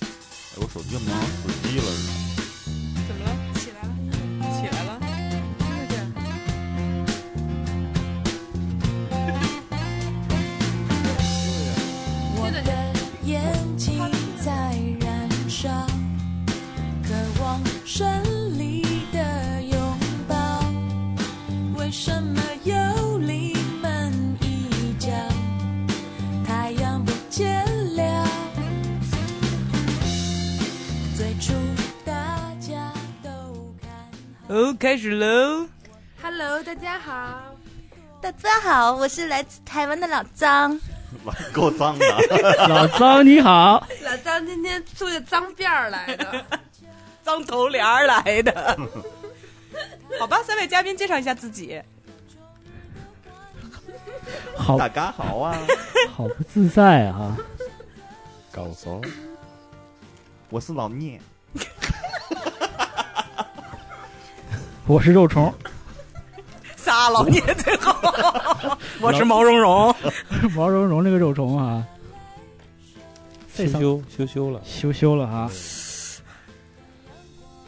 哎，我手机怎么能死机了似的？怎么了？起来了，起来了，快点！我的眼睛在燃烧，渴望胜利的拥抱。为什么有你们一角，太阳不见了？最初大家都看好。哦，开始喽！ Hello，大家好，大家好，我是来自台湾的老张。完够脏 的，老张你好，老张今天梳着脏辫儿来 的，脏头帘儿来的。 好吧，三位嘉宾介绍一下自己。好大家好啊！好不自在啊！搞怂，我是老聂，我是肉虫，仨老聂最 好，我是毛茸茸。 毛茸茸这个肉虫啊，羞羞羞羞了，羞羞了啊！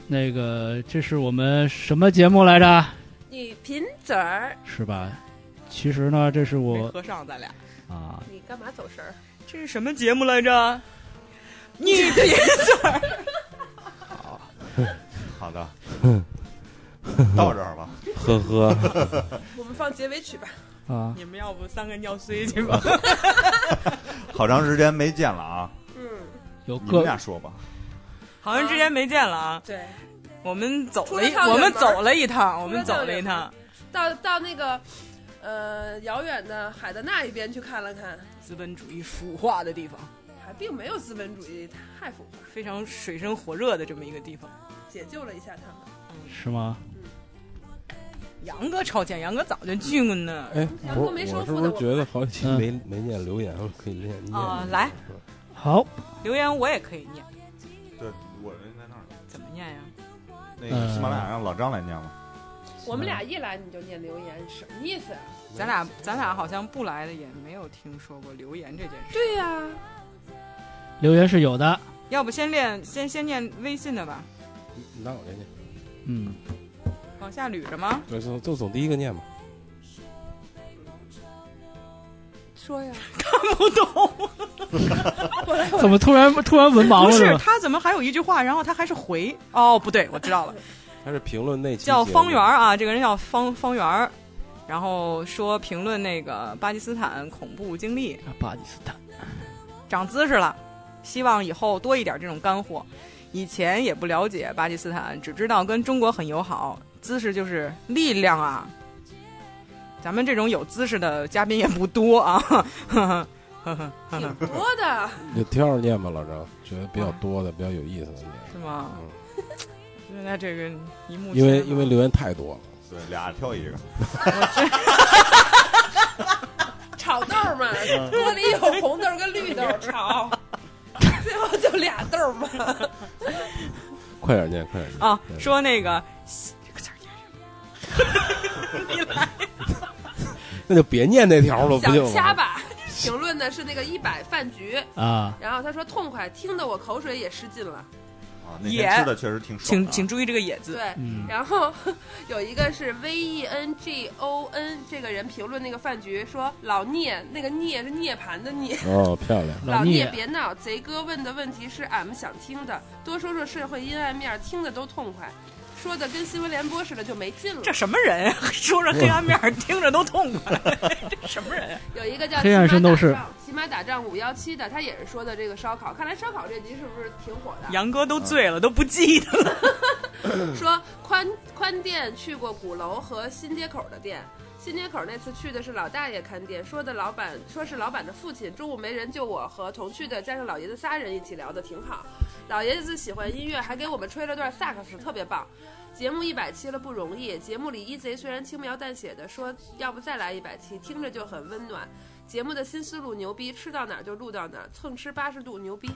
那个，这是我们什么节目来着？你贫嘴儿，是吧？其实呢，这是没 我合上，咱俩。啊，你干嘛走神儿？这是什么节目来着？你别好 的，到这儿吧。呵呵，我们放结尾曲吧。啊， 你们要不三个尿碎去吧？好长时间没见了啊，嗯，有你们各俩说吧。 好像之前没见了啊。对，我们走出了了一，趟远门我们走了一趟，我们走了一趟，到到那个呃遥远的海的那一边去看了看，资本主义腐化的地方，还并没有资本主义太腐化，非常水深火热的这么一个地方。解救了一下他们。是吗？杨哥超前，杨哥早就去过呢。哎，杨不过是，没我收是复不的是我觉得好久嗯没没念留言了？可以念念啊一下来，好，留言我也可以念，对，我人在那儿。怎么念呀？那呃个喜马拉雅让老张来念吧。我们俩一来你就念留言，什么意思啊？咱俩咱俩好像不来的也没有听说过留言这件事。对呀、留言是有的，要不先练，先先念微信的吧，你拿我这念，嗯，往下捋着 吗？对，就就总第一个念吧。说呀，不懂，怎么突然突然文盲不了是呢？他怎么还有一句话，然后他还是回哦，不对，我知道 了，他是评论那期叫节目方圆儿，啊，这个人叫方方圆儿，然后说评论那个巴基斯坦恐怖经历，巴基斯坦，长姿势了，希望以后多一点这种干货。以前也不了解巴基斯坦，只知道跟中国很友好，姿势就是力量啊。咱们这种有姿势的嘉宾也不多啊，呵呵 挺多的，你挑着念吧，老张，觉得比嗯较多的，比较有意思的念。是吗？现在这个一幕，因为因为留言太多了，对，俩挑一个。 炒豆儿 嘛，锅里有红豆儿跟绿豆儿 炒，最后就俩豆儿嘛。快点念，快点念。啊，说那个，你来那就别念那条哦了，不就想完掐吧。评论的是那个一百饭局，啊，然后他说痛快，听得我口水也失禁了。啊，那也天吃的确实挺爽请的啊。请注意这个“野”字，对，嗯，然后有一个是 V E N G O N 这个人评论那个饭局说老聂，那个聂是涅槃的聂。哦，漂亮，老聂聂别闹，贼哥问的问题是俺们想听的，多说说社会阴暗面，听得都痛快。说的跟新闻联播似的就没劲了这。什么人？啊 说着黑暗面儿，听着都痛快， 这什么人？啊有一个叫黑暗圣斗士骑马打仗，骑马打仗五幺七的，他也是说的这个烧烤。看来烧烤这集是不是挺火的？杨哥都醉了，都不记得 了。说宽宽店去过鼓楼和新街口的店，新街口那次去的是老大爷看店，说的老板说是老板的父亲，中午没人就我和同去的加上老爷子仨人一起聊的挺好，老爷子喜欢音乐，还给我们吹了段萨克斯，特别棒。节目一百期了不容易，节目里一贼虽然轻描淡写的说要不再来一百期，听着就很温暖。节目的新思路牛逼，吃到哪儿就录到哪儿，蹭吃八十度牛逼。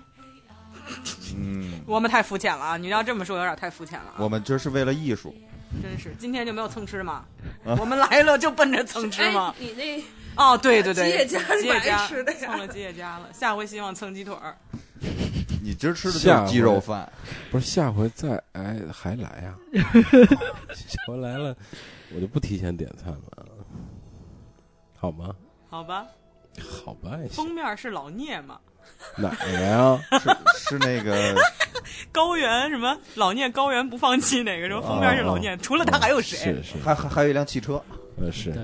嗯，我们太肤浅了啊！你要这么说，有点太肤浅了啊！我们这是为了艺术。真是，今天就没有蹭吃吗？啊我们来了就奔着蹭吃吗哎？，你那哦，对对对，吉野家是吉野家白吃的呀蹭了吉野家了，下回希望蹭鸡腿儿。你今儿吃的就下是鸡肉饭，不是下回再哎还来呀、 下回来了，我就不提前点餐了，好吗？好吧，好吧，也行封面是老聂嘛，哪个呀？ 是是那个高原什么老聂高原不放弃哪个什么封面是老聂，除了他还有谁？哦是是 还还还有一辆汽车，呃是对，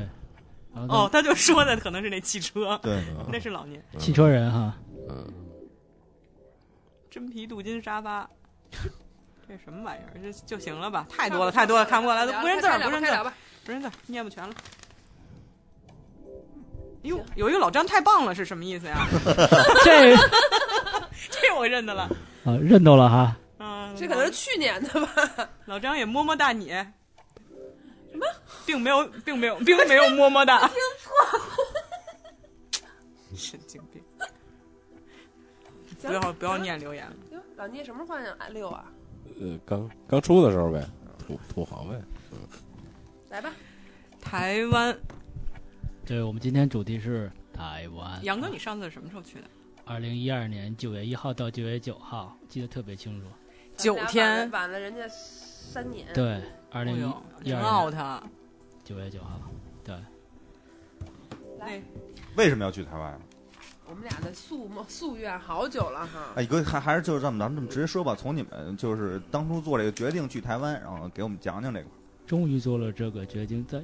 然后哦，他就说的可能是那汽车，对，啊那是老聂。跟汽车人哈，嗯真皮镀金沙发，这什么玩意儿？这就行了吧？太多了，太多了，看不过来，都不认字儿，不认字 聊儿，吧。不认字儿，念不全了。哟，有一个老张太棒了是什么意思 呀？这这我认得了。啊认到了哈，嗯，这可能是去年的吧？老张也么么哒你。什么？并没有，并没有，并没有么么哒。听错。 神经病！不要不要念留言了。哟，老聂什么时候换啊六啊？呃刚刚出的时候呗，土土豪呗，来吧，台湾，对我们今天主题是台湾。杨哥，你上次是什么时候去的？二零一二年九月一号到九月九号，记得特别清楚。九咱们俩天晚了晚了人家三年。对，二哎零呦，一挺二年 out 啊。九月九号，对，来，为什么要去台湾？啊我们俩的夙梦夙愿好久了哈。哎，哥，还还是就是这么，咱们这么直接说吧。从你们就是当初做这个决定去台湾，然后给我们讲讲这个。终于做了这个决定，在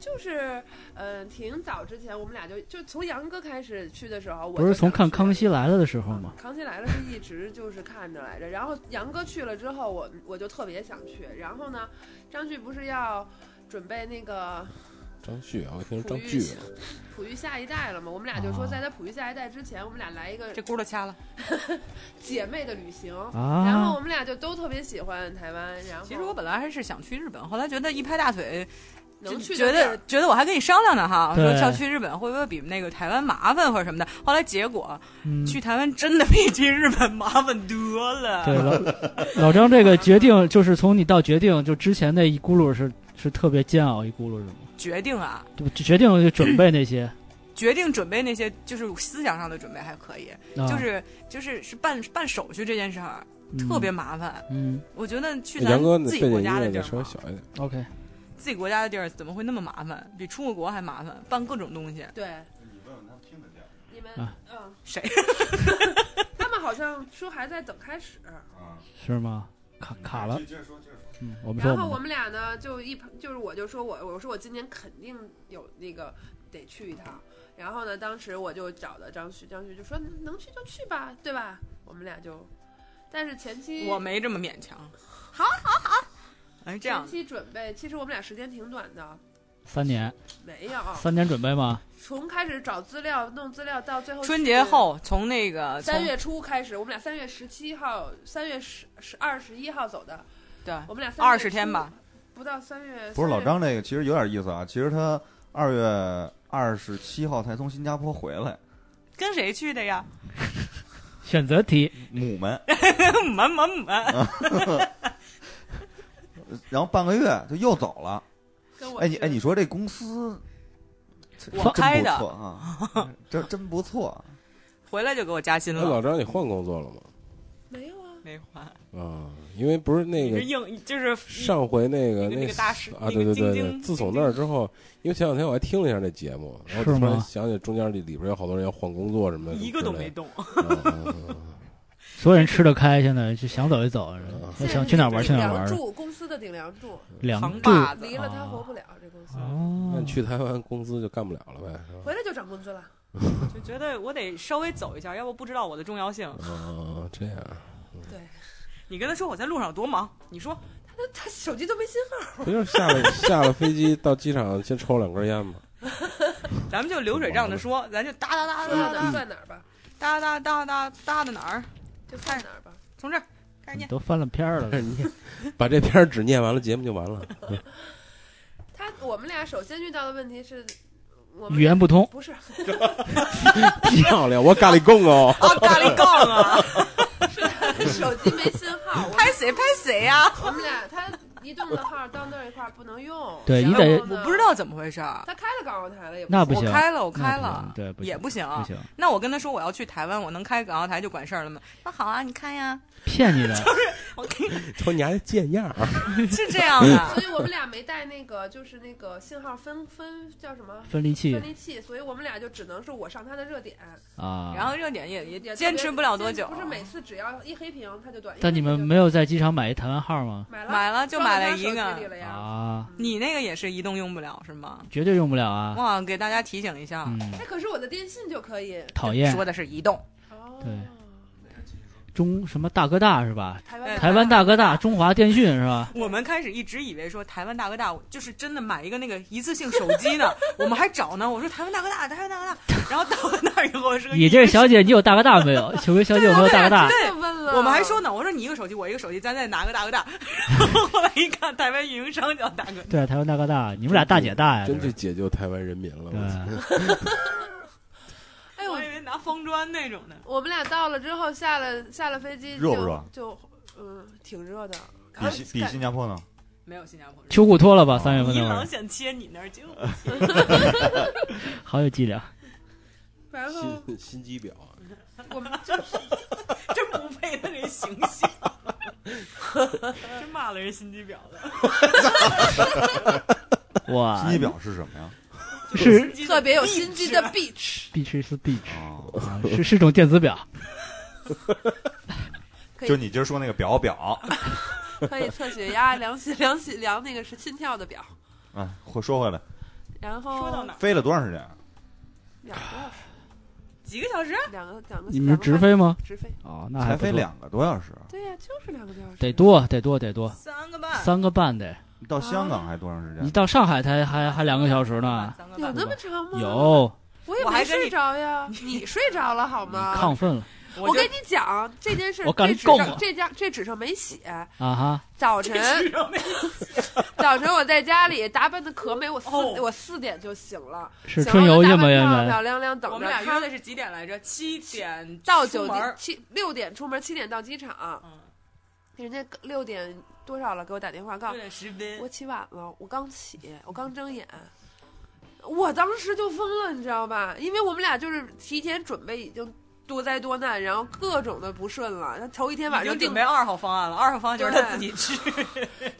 就是，呃，挺早之前我们俩就就从杨哥开始去的时候，我不是就从想看《去康熙来了》的时候吗？康熙来了是一直就是看着来着，然后杨哥去了之后，我我就特别想去。然后呢，张炬不是要准备那个张旭啊，我听哺张育炬，哺育下一代了吗？我们俩就说，啊在他哺育下一代之前，我们俩来一个这轱辘掐了。姐妹的旅行。啊，然后我们俩就都特别喜欢台湾，然后其实我本来还是想去日本，后来觉得一拍大腿，能就去的觉地得儿觉得我还跟你商量呢哈，对说要去日本会不会比那个台湾麻烦或者什么的。后来结果嗯去台湾真的比去日本麻烦多了。对老老张这个决 定，就是从你到决定就之前那一咕噜是是特别煎熬一咕噜是吗？决定啊，就决定就准备那些，决定准备那些就是思想上的准备还可以，嗯啊就是就是是办办手续这件事儿特别麻烦。嗯我觉得去咱杨哥自那背己景国音家的乐地再儿稍微嘛，小一点，嗯，OK，自己国家的地儿怎么会那么麻烦？比出过国还麻烦，办各种东西。对你问问他听得见你们啊嗯谁？他们好像说还在等开始。啊？是吗？卡卡了，接着说，接着说。嗯，我们说然后我我们们俩呢，就一拍就是我就说我我说我今年肯定有那个得去一趟。然后呢，当时我就找的张旭，张旭就说能去就去吧，对吧？我们俩就，但是前期我没这么勉强。好好好，哎，这样前期准备，其实我们俩时间挺短的，三年没有三年准备吗？从开始找资料、弄资料到最后春去节。后从那个三从月初开始，我们俩三月十七号、三月十十二十一号走的，对我们俩三月二十天初吧，，不到三月。不是三老月张这个其实有点意思啊，其实他二月二十七号才从新加坡回来，跟谁去的呀？选择题，母门，满满满，然后半个月就又走了。跟我哎你去哎你说这公司我开真不的，错啊，这真不 错。啊回来就给我加薪那老了，张你换工作了吗？没有啊？没换，啊，因为不是那你个是硬就是上回那个那个那个大师啊，那个对对晶对晶对，自从晶晶那儿之后，因为前两天我还听了一下那节目，然后是突然吗想起中间里里边有好多人要换工作什么的，一个都没动，之类的。啊 啊啊啊所有人吃得开，现在就想走就走，嗯想去哪儿玩去哪儿顶梁玩，柱公司的顶梁柱，梁扛柱把子离了他活不了，这公司哦那你去台湾工资就干不了了呗？ 是吧回来就涨工资了。就觉得我得稍微走一下，要不不知道我的重要性。啊，这样， 对你跟他说我在路上有多忙，你说他他手机都没信号，不就是下了下了飞机到机场先抽两根烟吗？咱们就流水账的说，咱就哒哒哒说到哒哪儿算哪儿吧，哒哒哒哒哒到哪儿？就算哪儿吧。从这儿开始念，都翻了篇儿了，把这篇纸念完了，节目就完了。他我们俩首先遇到的问题是，我们语言不通，不是 漂亮，我咖喱贡 哦，啊，咖喱杠啊，手机没信号，我 拍谁拍谁呀？啊我们俩他移动的号到那儿一块儿不能用。对然你后得呢我不知。道怎么回事儿。他开了港澳台了也不那行不我行开了，我那开不了行，对，不也行，不行。啊不行，那我跟他说我要去台湾，我能开港澳台就管事儿了吗？那好啊，你看呀，骗你的，我跟你瞅你还贱样儿， 是这样的，所以我们俩没带那个，就是那个信号分分叫什么分离器 分离器，所以我们俩就只能是我上他的热点，啊。然后热点也也也特别坚持不了多久，不是每次只要一黑屏他就短。但你们没有有在机场买一台湾号吗？买了买了就买了一装到他手机里个。了呀。啊，你那个也是移动用不了是吗？绝对用不了啊。哇，给大家提醒一下，嗯，哎，可是我的电信就可以。讨厌说的是移动，哦对中什么大哥大是吧？台哎湾台湾大哥大，中华电讯是吧？我们开始一直以为说台湾大哥大就是真的买一个那个一次性手机 呢，我们还找呢。我说台湾大哥大，台湾大哥 大，然后到了那儿以后是个你这个小姐，你有大哥大没 有？请问小姐有没有大哥大？对啊又问了，我们还说呢，我说你一个手机，我一个手机，咱再拿个大哥大。 然后后来一看，台湾运营商叫大哥大，对，啊台湾大哥大，你们俩大姐大呀？真这去是解救台湾人民了。对 我哎呦我以，为拿方砖那种的。我们俩到了之后下了下了飞机热不就热？就嗯，挺热的。比新比新加坡呢？没有新加坡人。秋裤脱了吧，三月份伊那会朗儿，想切哦你那儿就好有伎俩。然后新新机婊啊，我们就 真不配他这形象， 真骂了人心机婊子，哇新，机表是什么呀？是特别有心机的 beach， beach 是 beach，啊，啊是是种电子表。可就以你今儿说那个表表 可以测血压、量心量心量那个是心跳的表。啊，回说回来，然后说到哪儿？飞了多长时间？啊两个小时，几个小时？啊两个两个，你们是直飞吗？直飞，哦，那还才不啊飞错，两个多小时，对呀、就是两个多小时，得多得多得多，三个半，三个半得。你到香啊港还多长时你间？到上海才还还两个小时啊呢。啊三个有半。那么长吗？，有我也我还没跟你睡着呀，你睡着了好吗？亢奋了我跟跟你讲这件事，我告诉这你纸够上了这张这纸上没写。啊哈！早晨，早晨我在家里打扮的可美，我四、哦我四点就醒了，是醒春了游我去打扮吗？漂原漂本亮亮亮等我着们俩他约的是几点来着？七点到九出门点儿七六点出门，七点到机场。嗯人家六点多少了给我打电话告六诉点十我，我分。起晚了，我刚起，我刚睁眼，我当时就疯了，你知道吧？因为我们俩就是提前准备已经多灾多难，然后各种的不顺了。他头一天晚已上经订准备二号方案了，二号方案就是他自己 去。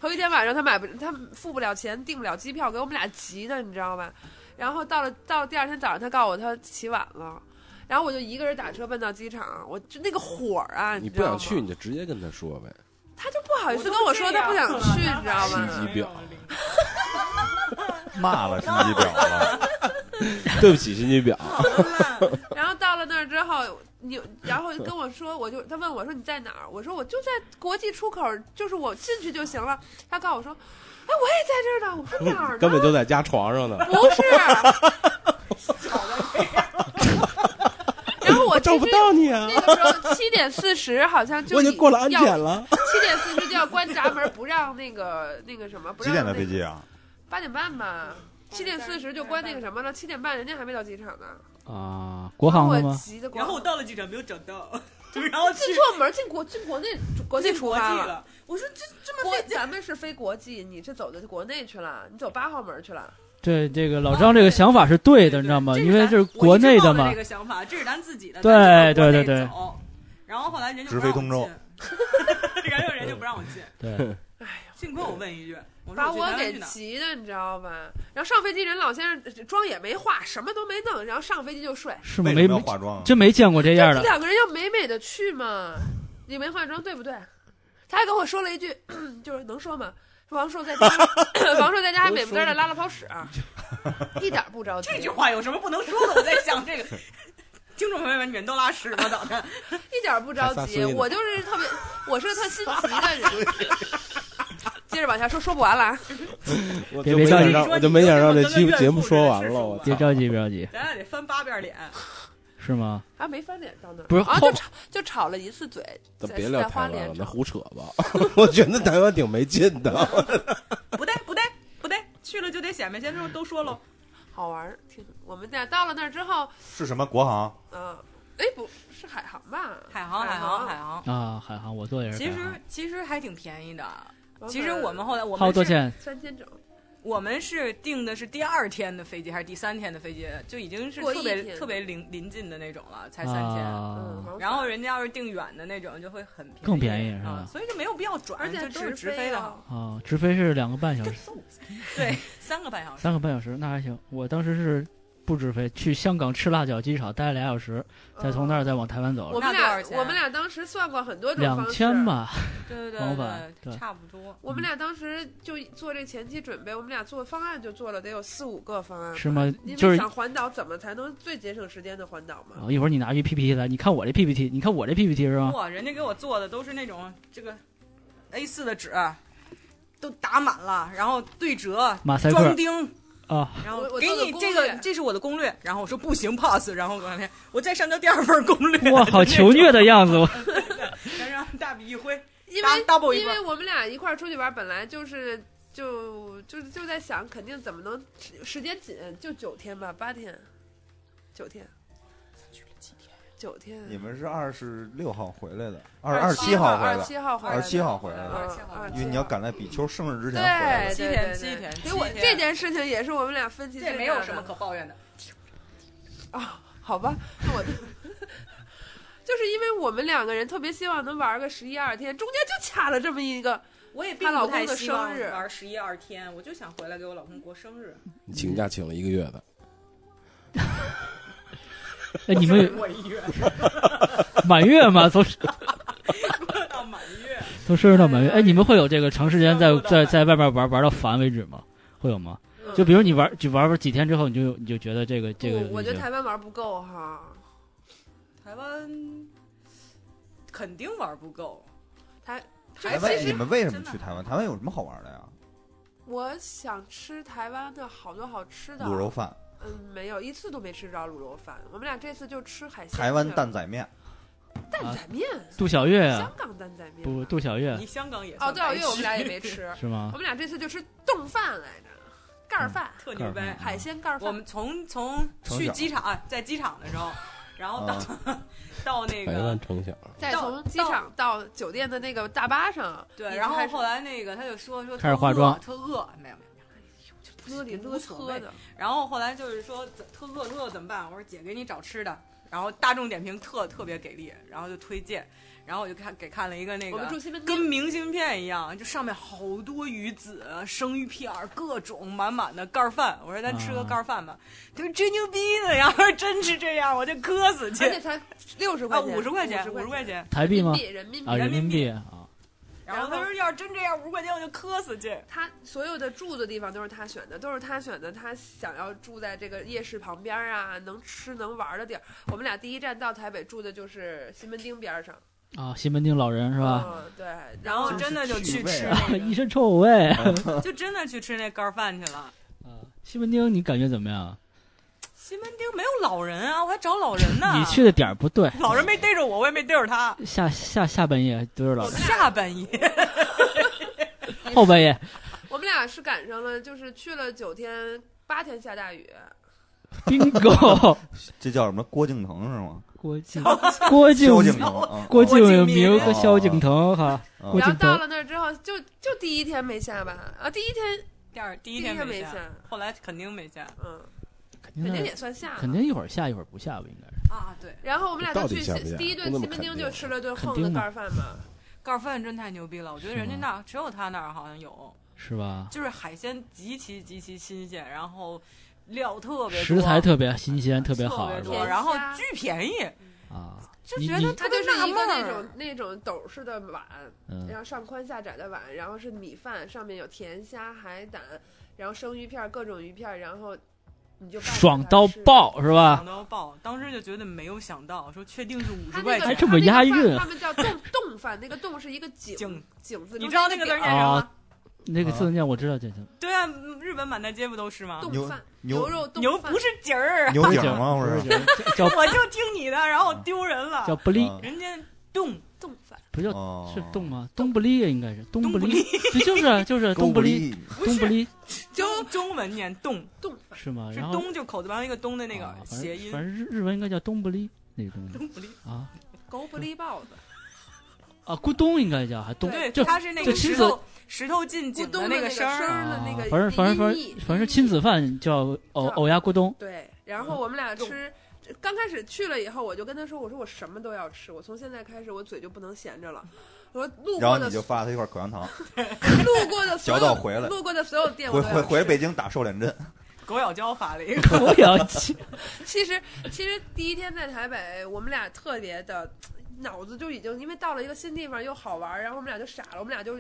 头一天晚上他买不，他付不了钱，订不了机票，给我们俩急的，你知道吧？然后到了到第二天早上，他告诉我他起晚了，然后我就一个人打车奔到机场，我就那个火儿啊， 你知不道想吗？去你就直接跟他说呗。 他就不好意思跟我说他不想去，你知道是吗？机婊骂了新机表了，对不起，新机婊， 然后到了那儿之后，你然后跟我说，我就他问我说你在哪儿？我说我就在国际出口，就是我进去就行了。他告诉我说，哎，我也在这儿呢。我说哪儿呢？根本就在家床上呢。不是。然后我 我找不到你啊！那个时候七点四十好像就我已经过了安检要了。七点四十就要关闸门，不让那个那个什 么，不 几让点的那个飞机啊？八点半吧，七点四十就关那个什么了，七点半人家还没到机场呢，啊，国航的我吗？急的光。然后我到了机场没有找到，然后进去错门，进国进国内国际进出国际发。了。我说这这么国费劲，咱们是飞国际，你这走的国内去了，你走八号门去了。对，这个老张这个想法是对的，你知道吗？对因为这是是国内的嘛这，个想法，这是咱自己的。对咱就往国内对对对走。然后后来人就直不让飞通我进，然后 人就不让我进。对，幸亏我问一句，我说把我我给急的，你知道吧？然后上飞机，人老先生妆也没化，什么都没弄，然后上飞机就睡。是吗？为什没么要化妆啊？真没见过这样这的，两个人要美美的去嘛，你没化妆对不对？他还跟我说了一句，就是能说吗？王硕在家， 王硕在家还美不滋儿的拉了泡屎，啊 一点不着急，这句话有什么不能说的？我在想这个， 听众朋友们，你们都拉屎吗？早晨，一点不着还撒急。碎呢我就是特别，我是个特心急的人。 接着往下说，说不完了啊。我别别就没着想急让，说我你就没想让这就跟期怨妇节目似说的完是了。我吧别操！着急，别着急，咱俩得翻八遍脸。是吗？啊，没翻脸到那儿，不是啊，后就吵就吵了一次嘴，咱在别聊在花台湾莲了，上咱胡扯吧。 我觉得台湾挺没劲的。不对，不对，不对，去了就得显摆，先都都说喽。好玩儿。挺，我们俩到了那儿之后，是什么国航？嗯、哎，不是海航吧？海航，海航，海航。啊，海航，我坐也是其海航。实其实还挺便宜的。王其可实我们后来我好们多是钱？三千整，我们是订的是第二天的飞机还是第三天的飞机，就已经是过特一别天特别临临近的那种了，才三千。啊，嗯，然后人家要是订远的那种，就会很便宜更便宜是吧啊所以就没有必要转，而且就只有直直飞的啊好，啊，直飞是两个半小时，对，三个半小时。三个半小时那还行。我当时是不直飞，去香港赤辣椒机场待了俩小时，再从那儿再往台湾走嗯哦我，们那多俩少钱啊我们俩当时算过很多种两方式，千。吧。对对对往返对差不多。我们俩当时就做这前期准备，我们俩做方案就做了得有四五个方案，是吗嗯因为就是想环岛怎么才能最节省时间的环岛嘛？啊，一会儿你拿一 PPT 来，你看我这 PPT，你看我这 PPT 是吧？哇，人家给我做的都是那种这个 A 4的纸，都打满了，然后对折、马赛装克钉，啊，然后我我给做的你攻这个略，这是我的攻略。然后我说不行，pass。然后我那我再上交第二份攻略。哇， 好求求虐的样子！我然后大笔一挥，因打为 double 一因份为我们俩一块儿出去玩，本来就是就就是就在想，肯定怎么能时间紧，就九天吧，八天，九天，九天，你们是二十六号回来的，二二二七七号回来二的，七号回来的， 27号回来的嗯27号回来的因为你要赶在比丘生日之前回来的。对七对天对七对天所以我七天这件事情也是我们俩分歧这最大也的，没有什么可抱怨的。啊，好吧，那我就是因为我们两个人特别希望能玩个十一二天，中间就卡了这么一个，我也她老公的生日玩十一二天，我就想回来给我老公过生日。你请假请了一个月的，哎，你 们过一月满月吗？从到满月，从生日到满月，哎，你们会有这个长时间在在在外面玩玩到烦为止吗？会有吗？嗯就比如你玩就玩玩几天之后，你就你就觉得这个这个不我觉得已经台湾玩不够哈。台湾肯定玩不够。就台是其湾，你实们为什么去台湾？台湾有什么好玩的呀？我想吃台湾的好多好吃的，卤肉饭、嗯，没有一次都没吃着卤肉饭。我们俩这次就吃海鲜去了，台湾蛋仔面，蛋仔面，杜小月啊香，港蛋仔面，不杜小月你香港也哦，算对，因为我们俩也白没去 吃，是吗我？们俩这次就吃冻饭来着，盖儿饭， 特牛嗯掰。海鲜盖儿饭。我们从从成去小机场，啊在机场的时候，然哦后到、啊啊到那 台湾个成想再到从机场到酒店的那个大巴上，对，你然后还是后来那个他就说说开始特化饿妆特饿，没有没有。没有哎呦这不乐里行乐无所呵谓的，然后后来就是说怎特饿特饿怎么办？我说姐给你找吃的，然后大众点评特特别给力，然后就推荐，然后我就看给看了一个那我们住个。西门跟町，明信片一样，就上面好多鱼子、生鱼片儿，各种满满的盖儿饭。我说咱吃个啊盖儿饭吧，他说吹牛逼呢，然后真是这样，我就磕死去而。且才六十啊，块钱，五十块钱钱，，五十块钱。台币吗？人民币啊，。人人民民币币啊，然后他说要是真这样，五十块钱我就磕死去。他所有的住的地方都是他选的，都是他选的。他想要住在这个夜市旁边啊，能吃能玩的地儿。我们俩第一站到台北住的就是西门町边上，啊，西门町老人是嗯、吧？对，然然后 后真的就去真是趣吃味那一个，身臭味。嗯就真的去吃那盖儿饭去了。啊西门町你感觉怎么样？西门町没有老人啊，我还找老人呢。 你去的点儿不对，老人没逮着我，我也没逮着他。下下下半夜都是老人，下半夜，后 半夜我们俩是赶上了，就是去了九天，八天下大雨， bingo，这叫什么？郭敬腾是吗？郭 靖郭靖萧敬腾啊，郭郭敬敬明哦明和萧敬腾哈，啊郭然后敬到腾了那儿之后，就就第一天没下吧，啊，第一天 第二第第一天没下，后来肯定没下嗯，肯肯定定也算下了，肯定一会儿下一会儿不下吧，应该是啊。对，然后我们俩就去到底下不下第一顿不西那么门肯定町就吃了顿肯横定的吗盖儿饭嘛，盖儿饭真太牛逼了，我觉得人家是吗那儿只有他那儿好像有，是吧？就是海鲜极其极其新鲜，然后料特别多食材特别新鲜，特别好特是别吧？多，然后巨便宜，啊，就你觉你得它特别就是纳一闷个那儿种。那种斗式的碗，嗯然，后上宽下窄的碗，然后是米饭，上面有甜虾、海胆，然后生鱼片儿，各种鱼片儿，然后你就拌着爽它到吃。爆是吧？想到爆，当时就觉得没有想到，说确定是五十它那块个钱还。这么押韵啊他们叫冻冻饭，那个冻是一个井井井字，你中知道间那个字一儿念点什么吗？那个啊字念我知道这这对啊，日本满大街不都是吗？冻饭牛牛肉冻牛饭不是景儿，牛不顶是吗？不不是是， 叫叫我就听你的，然后丢人了。叫不利，啊人家动冻饭，不叫哦是冻吗？东不利应该是东不不利，这就是啊就是勾 东不利，梨，东不利中中文念动冻饭是吗？是啊然后东就口字旁一个东的那个啊反正谐音反，正日日文应该叫东不利那个东西嗯东不利啊，狗不理包子，啊，咕咚应该叫还咚，对，就它是那就个亲石子头石头进井咕咚的那那个声声儿。儿的那个啊反正反正反音正译反正亲子饭叫偶叫偶鸭咕 咚，对，然后我们俩吃，刚开始去了以后，我就跟他说，我说我什么都要吃，我从现在开始我嘴就不能闲着了。我说路然后过的你就发他一块口香糖，路过的所 嚼有到回来路过的所有店回我都要回吃回北京打瘦脸针，狗咬胶发了 一个，我也要亲。其实其实第一天在台北，我们俩特别的脑子就已经，因为到了一个新地方又好玩，然后我们俩就傻了，我们俩就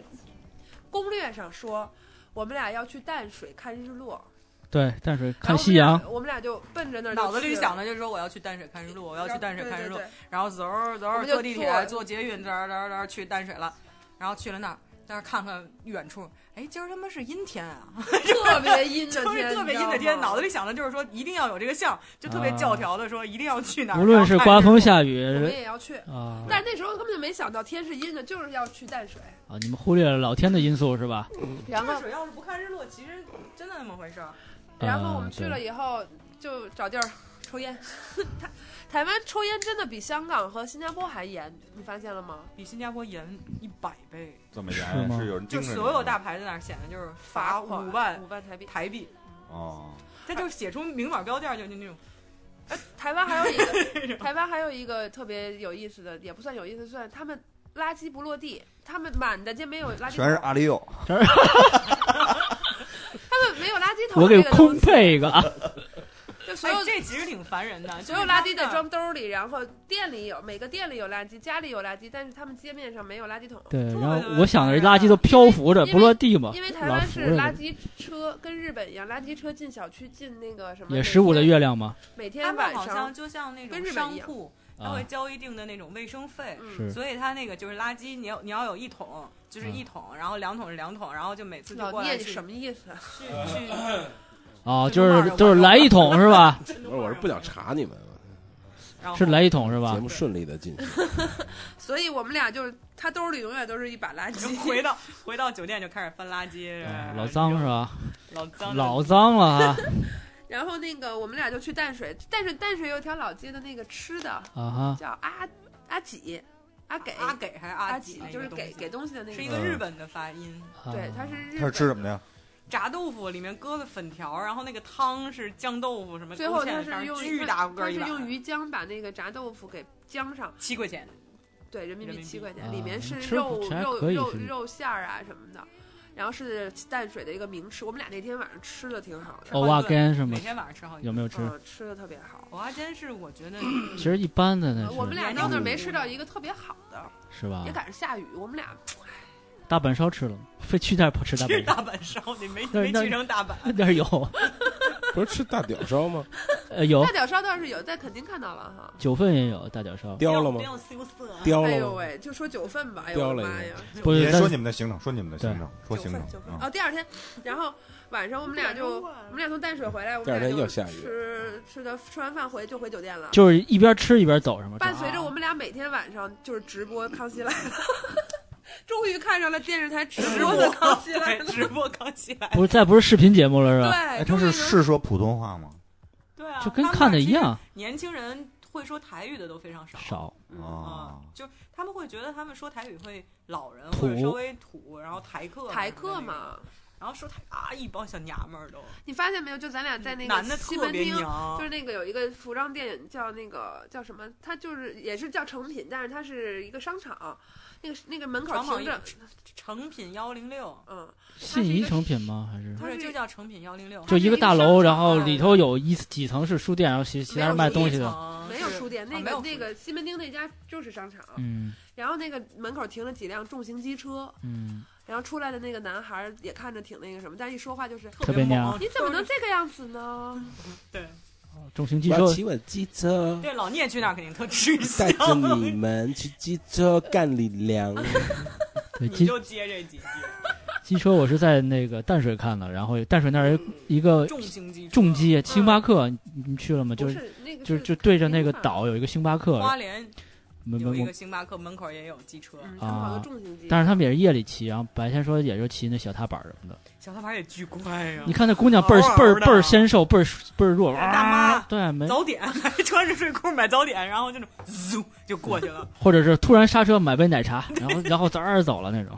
攻略上说。我们俩要去淡水看日落， 对，淡水然看后我们夕阳俩，我们俩就奔着那儿就脑子里去了想的就是说我要去淡水看日落，我要去淡水看日落对，对然后走着走我着们就坐地坐铁、坐捷运，这儿这儿这儿去淡水了，然后去了那儿，但是看看远处，哎，今儿他妈是阴天啊， 对 特别阴的就天，啊是特别阴的天，脑子里想的就是说一定要有这个项，就特别啊教条的说一定要去哪儿，无论然后是看刮日风落下你知道吗我们雨也要去，啊但是那时候根本就没想到天是阴的，就是要去淡水。啊，你们忽略了老天的因素是吧？然淡后，水要是不看日落，其实真的那么回事儿。然后我们啊去对了以后就找地儿抽烟。 台台湾抽烟真的比香港和新加坡还严，你发现了吗？比新加坡严一百倍，这么是严吗是有人啊就盯着你所有大牌在那儿显得就是罚款五万五万台币。台币，哦，他就写出明码标价，就就那种台湾还有 一个，台湾还有一个特别有意思的，也不算有意思，算他们垃圾不落地，他们满大街没有垃圾，全是阿里佑，他们没有垃圾桶。我给空，配一个啊，就所哎有，这其实挺烦人的，所有垃圾得的装兜里，然后店里有，每个店里有垃圾，家里有垃圾，但是他们街面上没有垃圾桶。对，特然后别我想着垃圾都漂浮着因为不落地嘛，因为台啊老湾浮是垃着圾车，跟日本一样，垃圾车进小区进那个什么也十五的月，月亮嘛每他天们晚好像上就像那跟种日本商一样铺，他啊会，交一定的那种卫生费，嗯是所以他那个就是垃圾，你要你要有一桶。就是一桶，然后两桶是两桶，然后就每次就老过来聂去什么意思？去去，哦，这就个味儿是有就是味儿来一桶是吧？不是，我是不想查你们，然后是来一桶是吧节？目顺利的进行。 所以我们俩就是他兜里永远都是一把垃就圾，回到回到酒店就开始翻垃圾，啊然后老脏是吧？老脏老脏了啊然后那个我们俩就去淡水，淡水淡水有一条老街的那个吃的啊哈，叫阿阿几阿给阿给还是阿几几，那个就是东给西啊给东西的那是一个，嗯个日本的发音，啊对，他是日他是本吃什么的呀？炸豆腐里面搁的粉条，然后那个汤是酱豆腐什么，最勾后芡他的馅儿是用巨大他个他儿是一碗用鱼浆把那个炸豆腐给浆上。七块钱，对，人民人币民七币块钱，啊里面是吃肉起来肉可以肉是肉馅儿啊什么的，然后是淡水的一个名吃。我们俩那天晚上吃的挺好的，欧巴干是吗每？天晚上吃好几有顿。没有哦嗯吃？嗯，吃的特别好。蚵仔煎是我觉得 其实一般的啊那呃我们是俩原到那料儿没五吃到一个特别好的，是吧也？赶上下雨，我们俩大阪烧吃了吗？非去那儿不吃大是阪烧，大阪烧，你没那没那去成大阪。 那儿有不是吃大屌烧 吗？呃有大脚烧倒是有，但肯定看到了哈。九份也有大脚烧，叼了没吗？有羞涩。啊哦叼哎了呦吗？喂，就说九份吧，哎呦叼我了的一妈个呀！不是别说但你们的行程，说你们的行程，说九行份程九份啊，哦，第二天，然后晚嗯上我们俩就啊我们俩从淡水回来，我第二们俩天又就下雨吃吃的吃完饭回就回酒店了。就是一边吃一边走是吗？伴随着我们俩每天晚上就是直播《康熙来了》，终于看上了电视台直 播的《康熙来对了，》哎直播刚起 来。不是再不是视频节目了是吧？哎，对，他终于是能是说普通话吗？对啊，就跟他们看的那儿一样其实年轻人会说台语的都非常少。少，啊啊，，就是他们会觉得他们说台语会老人土或者稍微土，然后台客台什么的客那种，嘛。然后说台啊一帮小娘们儿都，你发现没有？就咱俩嗯在那男个的西特门别町，娘，就是那个有一个服装店叫那个叫什么？它就是也是叫成品，但是它是一个商场，那个那个门口长毛停一着，成品幺零六，嗯，信宜成品吗？还是不它是是就叫成品幺零六，啊就一个大它是一楼，个商场然后里头有一几层是书店，然后其其他是卖东西的。的没有书店，嗯那啊没个有那书店个西门町那家就是商场，嗯然后那个门口停了几辆重型机车，嗯，然后出来的那个男孩儿也看着挺那个什么，但一说话就是。特别娘猛 你怎么能这个样子呢？对重型机我车要骑我机车，对老聂去那儿肯定特吃香带， 着你们去机车干李 粮。你对机就接这几句，机车，我是在那个淡水看的，然后淡水那儿有一个重型机车呃重机星巴克，你你去了吗？就不是是那个就是就对着那个平板儿岛有一个星巴克，花莲门有门一我个，星巴克门口也有机车，嗯，他们好多重型机，啊但是他们也是夜里骑，然后白天说也就骑那小踏板什么的。小踏板也巨啊乖呀、你看那姑娘倍儿好好倍儿的哎倍儿纤瘦，倍儿倍儿弱，大妈啊对，没早点还穿着睡裤买早点，然后就那种嗖就过去了。或者是突然刹车买杯奶茶，然后然后早点走了那种。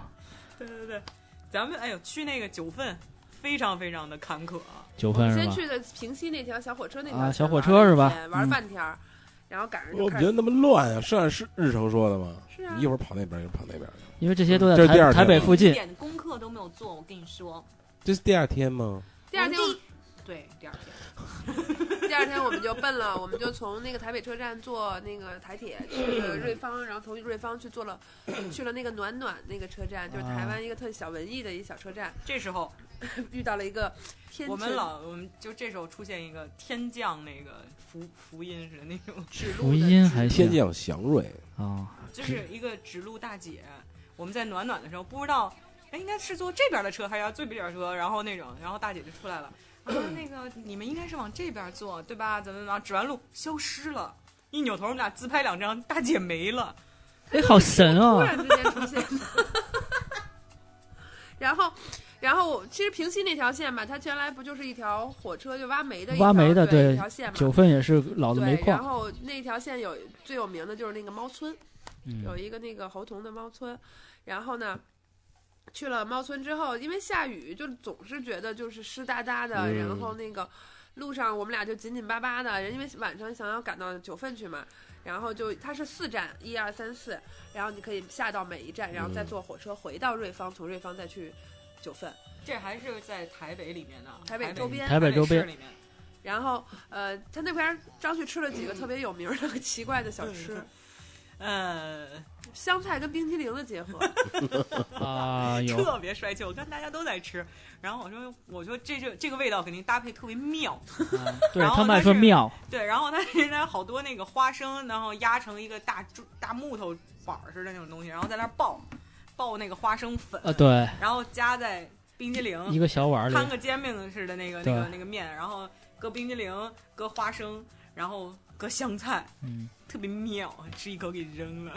对对对，咱们哎呦去那个九份，非常非常的坎坷啊。九我份们是先吧？去的平西那条小火车那条啊线小火玩车是吧了一天玩嗯了半天儿，然后赶上就我开觉得始那么乱啊，是按是日程说的吗？是啊你一会儿跑那边，一会儿跑那边，因为这些都这在是第台二天台北吧附一近，点功课都没有做，我跟你说，这是第二天吗？啊第二天我我们们对第二天，第二天我们就奔了，我们就从那个台北车站坐那个台铁去了瑞芳，然后从瑞芳去坐了去了那个暖暖那个车站，就是啊台湾一个特小文艺的一小车站，这时候遇到了一个天我们真老我们就这时候出现一个天降那个福福音似的那种 指福路的，音还天行降祥瑞，啊。就是一个指路大姐。我们在暖暖的时候不知道，哎应该是坐这边的车还是要这边的车，然后那种，然后大姐就出来了，啊那个你们应该是往这边坐对吧？怎么怎么样指完路消失了，一扭头我们俩自拍两张，大姐没了。哎，好神突啊！然之间出现的。然后，然后我其实平西那条线吧，它原来不就是一条火车就挖煤的一条挖煤的对对一条线嘛。九份也是老子煤对，然矿，后那条线有最有名的就是那个猫村，嗯，有一个那个侯硐的猫村，然后呢。去了猫村之后，因为下雨，就总是觉得就是湿哒哒的，嗯然后那个路上我们俩就紧紧巴巴的，人因为晚上想要赶到九份去嘛，然后就它是四站，一二三四，然后你可以下到每一站，然后再嗯坐火车回到瑞芳，从瑞芳再去九份。这还是在台北里面的，台北周边台北周边市里面。然后呃，他那边儿张旭吃了几个特别有名儿的 奇怪的小吃，呃，香菜跟冰淇淋的结合。 啊，有特别帅气，我看大家都在吃，然后我说，我说这就这个味道肯定搭配特别妙，啊 对然后他们它还说是庙，对，然后它人家好多那个花生，然后压成一个大柱大木头板儿似的那种东西，然后在那儿爆爆那个花生粉，啊，对，然后加在冰激一凌，个小碗摊里，个煎饼似的那个那个对那个面，然后搁冰激凌，搁花生，然后搁香菜，嗯，特别妙，吃一口给扔了，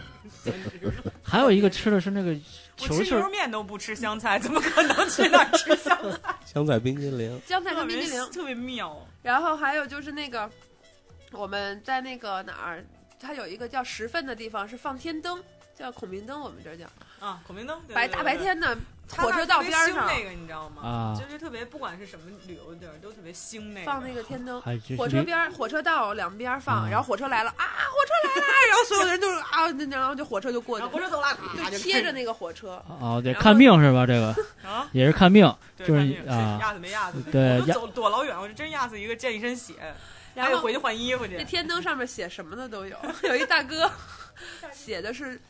简直了。还有一个吃的是那个我呃球吃是牛肉面都不吃香菜，怎么可能去那儿吃香菜？香菜冰啊激凌，香菜特跟冰别激凌，特别妙，然后还有就是那个我们在那个哪儿，它有一个叫石份的地方是放天灯，叫孔明灯，我们这儿叫啊，孔明灯，对白对大对白对天的他那火儿车特道别边儿兴上那个你知道吗？啊就是特别不管是什么旅游地儿，都特别兴那个。放那个天灯。还哎就是火车边儿、火车道两边儿放，啊然后火车来了啊，火车来了，然后所有人都是啊，那然后就火车就过然去后火了，车走了，就贴着那个火车。哦，对，然后看病是吧？这个个啊，也是看病，对就是看那个啊压死没压死，对我都压走躲老远，我就真压死一个，溅一身血，然还得后回去换衣服那去。天灯上面写什么的都有，有一大哥 写的是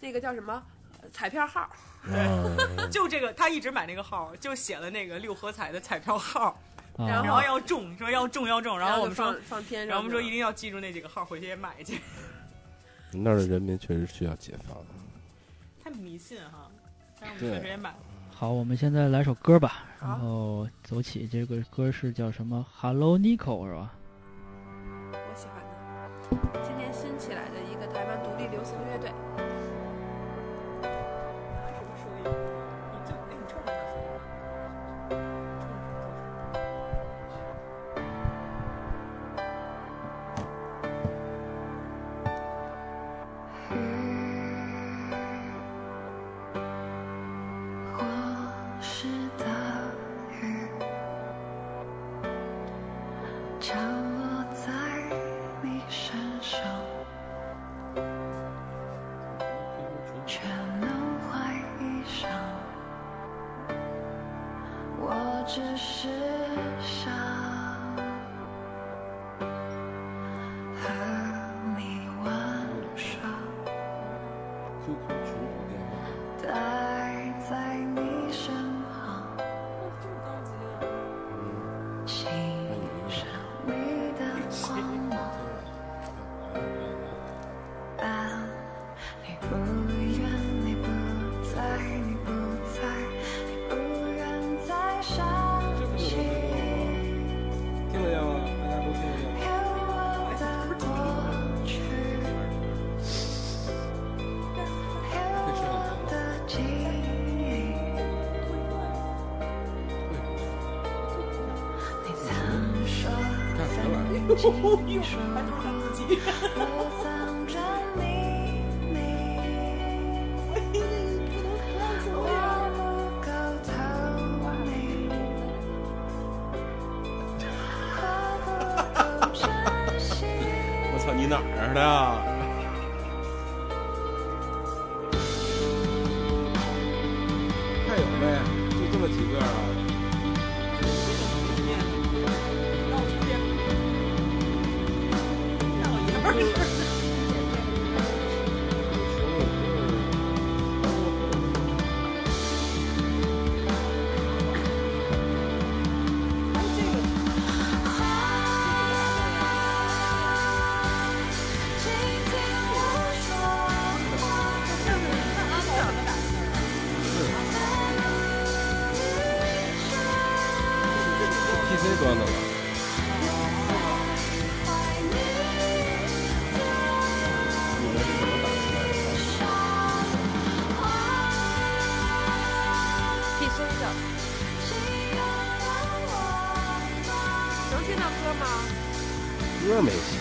那个叫什么呃彩票号，啊，就这个，他一直买那个号，就写了那个六合彩的彩票号，然然啊，后要中，说要中要中，然后后我就们说放，放天上去了，然后我们说一定要记住那几个号，回去也买去。 那儿的人民确实需要解放。太迷信哈，但是我对们确实也买。好，我们现在来首歌吧，好然后走起，这个歌是叫什么？Hello Nico 是吧？我喜欢的，今年新起来的一个台湾独立流行乐队。是不是说一个？你就哎，你冲着他说吧。冲着他说我是大人，降落在你身上。 我放着你，你，我不够透明，我不够真心，我操，你哪儿的啊？还有呗，就这么几个啊？倾听我说话。 PC 端的吧？你们是怎么打出来的？替身的。能听到歌吗？歌没戏，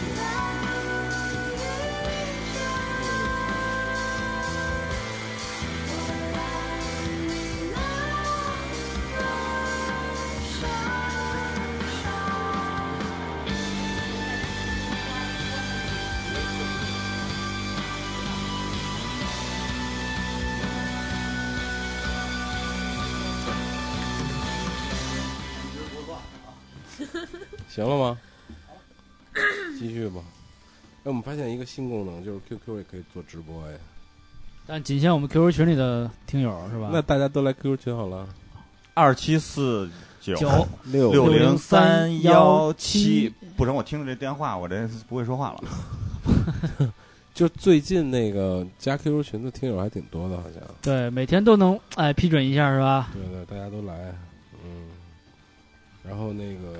行了吗？继续吧。哎，我们发现一个新功能，就是 QQ 也可以做直播哎。但仅限我嗯们 QQ 群里的听友是吧？那大家都来 QQ 群好了。二七四九九六六零零三三幺幺七七，不成，我听着这电话，我这不会说话了。就最近那个加 QQ 群的听友还挺多的，好像。对，每天都能哎批准一下是吧？对对，大家都来，嗯。然后那个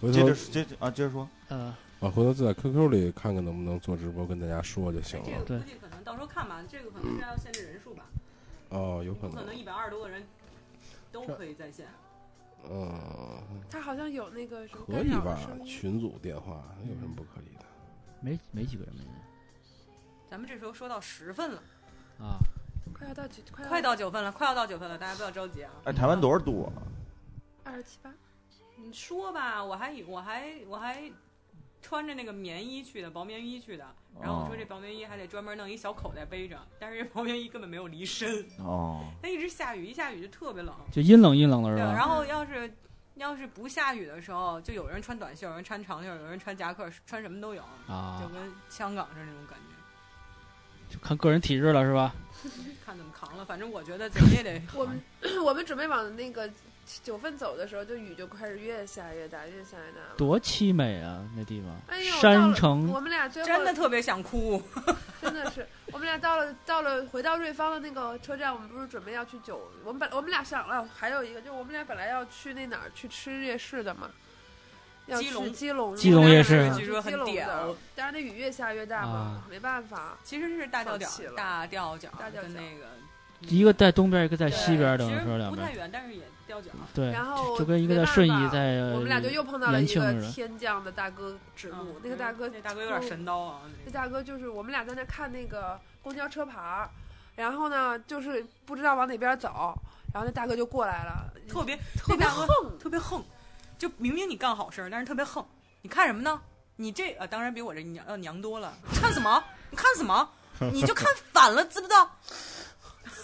回接头着接着啊，接着说。嗯，啊，回头就在 QQ 里看看能不能做直播，跟大家说就行了。对计可能到时候看吧，这个可能是要限制人数吧，哦，有可能，一百二十多个人都可以在线。嗯，他好像有那个什么可以吧？群组电话有什么不可以的？没没几个人没人咱们这时候说到十分了，啊，快要到几？快快到九分了，快要到九分了，大家不要着急啊。哎，台湾多少度啊？二十七八。你说吧，我还以我还我还穿着那个棉衣去的，薄棉衣去的。然后我哦说这薄棉衣还得专门弄一小口袋背着，但是这薄棉衣根本没有离身，哦，它一直下雨，一下雨就特别冷。就阴冷阴冷的对，是吧？然后要是要是不下雨的时候，就有人穿短袖，有人穿长袖，有人穿夹克，穿什么都有，就啊，跟香港是那种感觉，就看个人体质了是吧？看怎么扛了。反正我觉得怎么也得我们 我们准备往那个九份走的时候，就雨就开始越下越大，越下越大了。多凄美啊，那地方，哎呦，到山了城我们俩最后真的特别想哭。真的是，我们俩到了到了回到瑞芳的那个车站，我们不是准备要去九，我们本我们俩想了，还有一个就是我们俩本来要去那哪儿去吃夜市的嘛，要基隆去基隆基隆夜市要去据说基很隆屌的，但是那雨越下越大嘛，啊没办法，其实是大吊脚放弃，了大吊脚大吊脚跟那个一个在东边，一个在对西边，等其于说实两不太边，远，但是也吊脚。对，然后就就跟一个没在办顺义，法在我们俩就又碰到了延一庆个的呃人天降的大哥指路，嗯那个大哥那大哥有点神刀啊，那那个大哥就是我们俩在那看那个公交车牌儿，然后呢，就是不知道往哪边走，然后那大哥就过来了，特别特别那大哥横，特别横，就明明你干好事儿，但是特别横。你看什么呢？你这呃，当然比我这娘要娘多了。你看什么？你看什么？你就看反了，知不知道？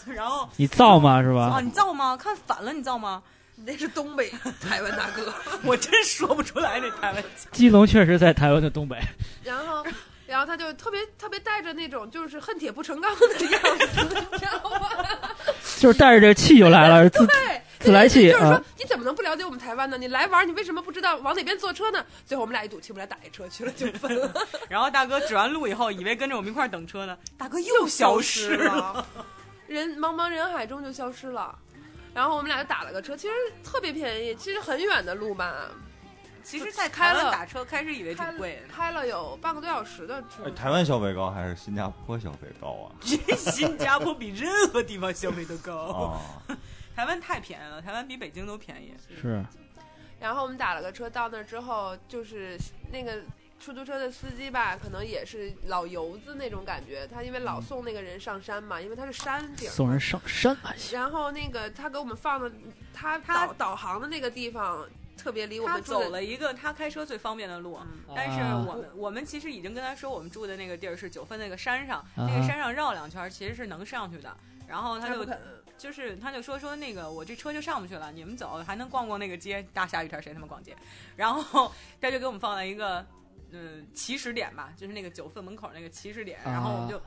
然后你造嘛是啊，吧？你造吗？看反了，你造吗？你那是东北台湾大哥。 我真说不出来这台湾腔。基隆确实在台湾的东北，然后， 然后他就特别特别带着那种就是恨铁不成钢的样子，你知道吗？就是带着这气就来了，自对，自来气就是说啊，你怎么能不了解我们台湾呢？你来玩儿，你为什么不知道往哪边坐车呢？最后我们俩一赌气，我们俩打一车去了，就分了。然后大哥指完路以后，以为跟着我们一块儿等车呢，大哥又 消失了。了，人茫茫人海中就消失了。然后我们俩就打了个车，其实特别便宜，其实很远的路吧，其实，实在在台台湾湾打车开始以为挺贵的，开了有半个多小时的车哎，。台湾消费高还是新加坡消费高啊？新加坡比任何地方消费都高。啊，台湾太便宜了，台湾比北京都便宜。是然后我们打了个车到那儿之后，就是那个出租车的司机吧，可能也是老油子那种感觉。他因为老送那个人上山嘛，因为他是山顶。送人上山还 行。然后那个他给我们放的，他他导导航的那个地方特别离我他们住走的了一个他开车最方便的路，但是啊我们我们其实已经跟他说，我们住的那个地儿是九份那个山上，那个啊山上绕两圈儿其实是能上去的。然后他他就不肯，就是他就说说那个我这车就上不去了，你们走还能逛逛那个街，大下雨天谁他妈逛街？然后 他就给我们放在一个嗯起始点吧，就是那个九份门口那个起始点，然后我们就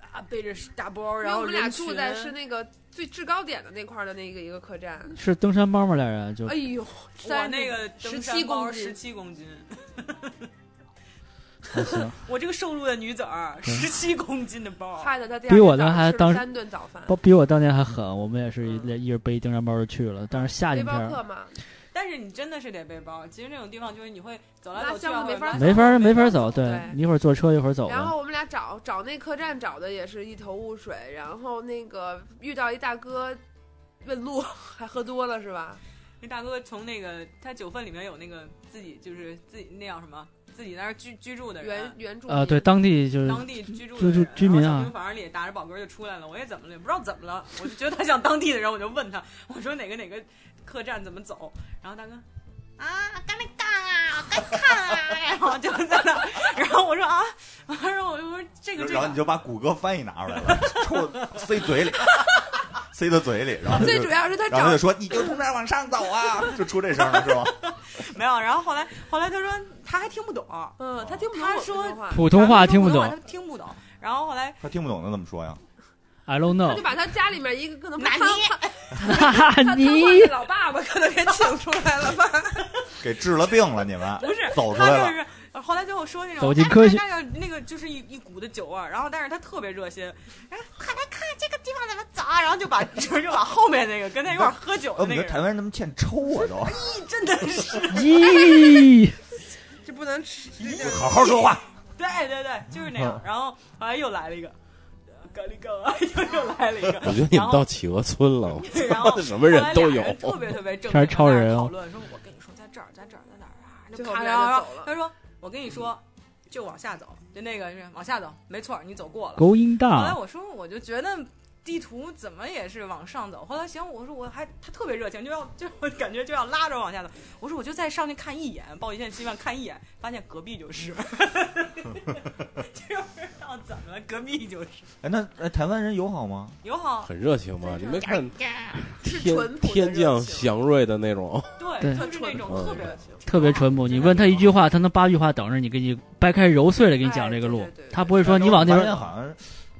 啊背着大包，因然为后我们俩人群住在是那个最制高点的那块儿的那个一个客栈。是登山包吗？俩人就哎呦，我三那个十七公十斤，七公斤，还行，我这个瘦弱的女子儿嗯十七公斤的包，害得他第二比我天的早上还吃了当时三顿早饭，包比我当年还狠。我们也是一嗯连一人背一登山包就去了，但是夏背天天包儿客嘛，但是你真的是得背包。其实那种地方就是你会走来拉走去箱子啊，没法或者走没法儿没没法法儿儿走走，对对你一会儿坐车一会儿走然的。后我们俩找找那客栈找的也是一头雾水，然后那个遇到一大哥问路，还喝多了是吧？那大哥从那个他九份里面有那个自己就是自己那叫什么，自己在那儿居居住的原人。原住啊，民对，当地就是当地居住的居人住居民啊然后小平房里打着饱嗝就出来了，我也怎么了，也不知道怎么了，我就觉得他像当地的人，我就问他，我说哪个哪个客栈怎么走，然后大哥啊，干那干啊，干看啊，然后就在那儿，然后我说啊，我说我就说这个这然后你个，就把谷歌翻译拿出来 了，冲塞嘴里， 塞到嘴里，然后他最就主要是他然后他找就说你就从这儿往上走 啊，就出这声了是吧？没有，然后后来后来他说他还听不懂，嗯，他听不懂他我们说说话，普通话听不普通懂话他听不懂，然后后来 他听不懂的怎么说呀？ ，I don't 他 know 就。把他家里面一个可能哪瘫尼痪哈 哈，瘫你痪的老爸爸可能给请出来了 吧？给治了病了你们？不是，走出他来就了，是呃后来最后说那种走进科学哎那个那个就是一一股的酒味儿，然后但是他特别热心，哎，快来看这个地方怎么走啊，然后就把 就就把后面那个跟他一块儿喝酒哎的我们那觉个得台哦人，湾人他们欠抽啊都。真的是，咦，这不能吃，好好说话。对对对，就是那嗯样。然后后来又来了一个，咖喱狗啊， 又又来了一个，我觉得你然们后到企鹅村了，我对然后操，什么人都有 后来俩。人特别特别正全经，是超人啊讨论说，我跟你说，在这儿，在这儿，在哪儿啊？最那后咔，我们然后然俩就后走了他说，我跟你说，就往下走，就那个是往下走，没错，你走过了。勾音后来大，我说，我就觉得地图怎么也是往上走。后来行，我说我还他特别热情，就要就我感觉就要拉着我往下走。我说我就再上去看一眼，抱一线希望看一眼，发现隔壁 就是，就是不知道怎么了，隔壁就是哎，那哎台湾人友好吗？友好，很热情嘛，你没看是天淳朴的天降热情祥瑞的那种，对，对就是那种特别特别淳朴。你问他一句话，他能八句话等着你，给你掰开揉碎了给你讲这个路哎对对对。对他不会说你往那发现边，好像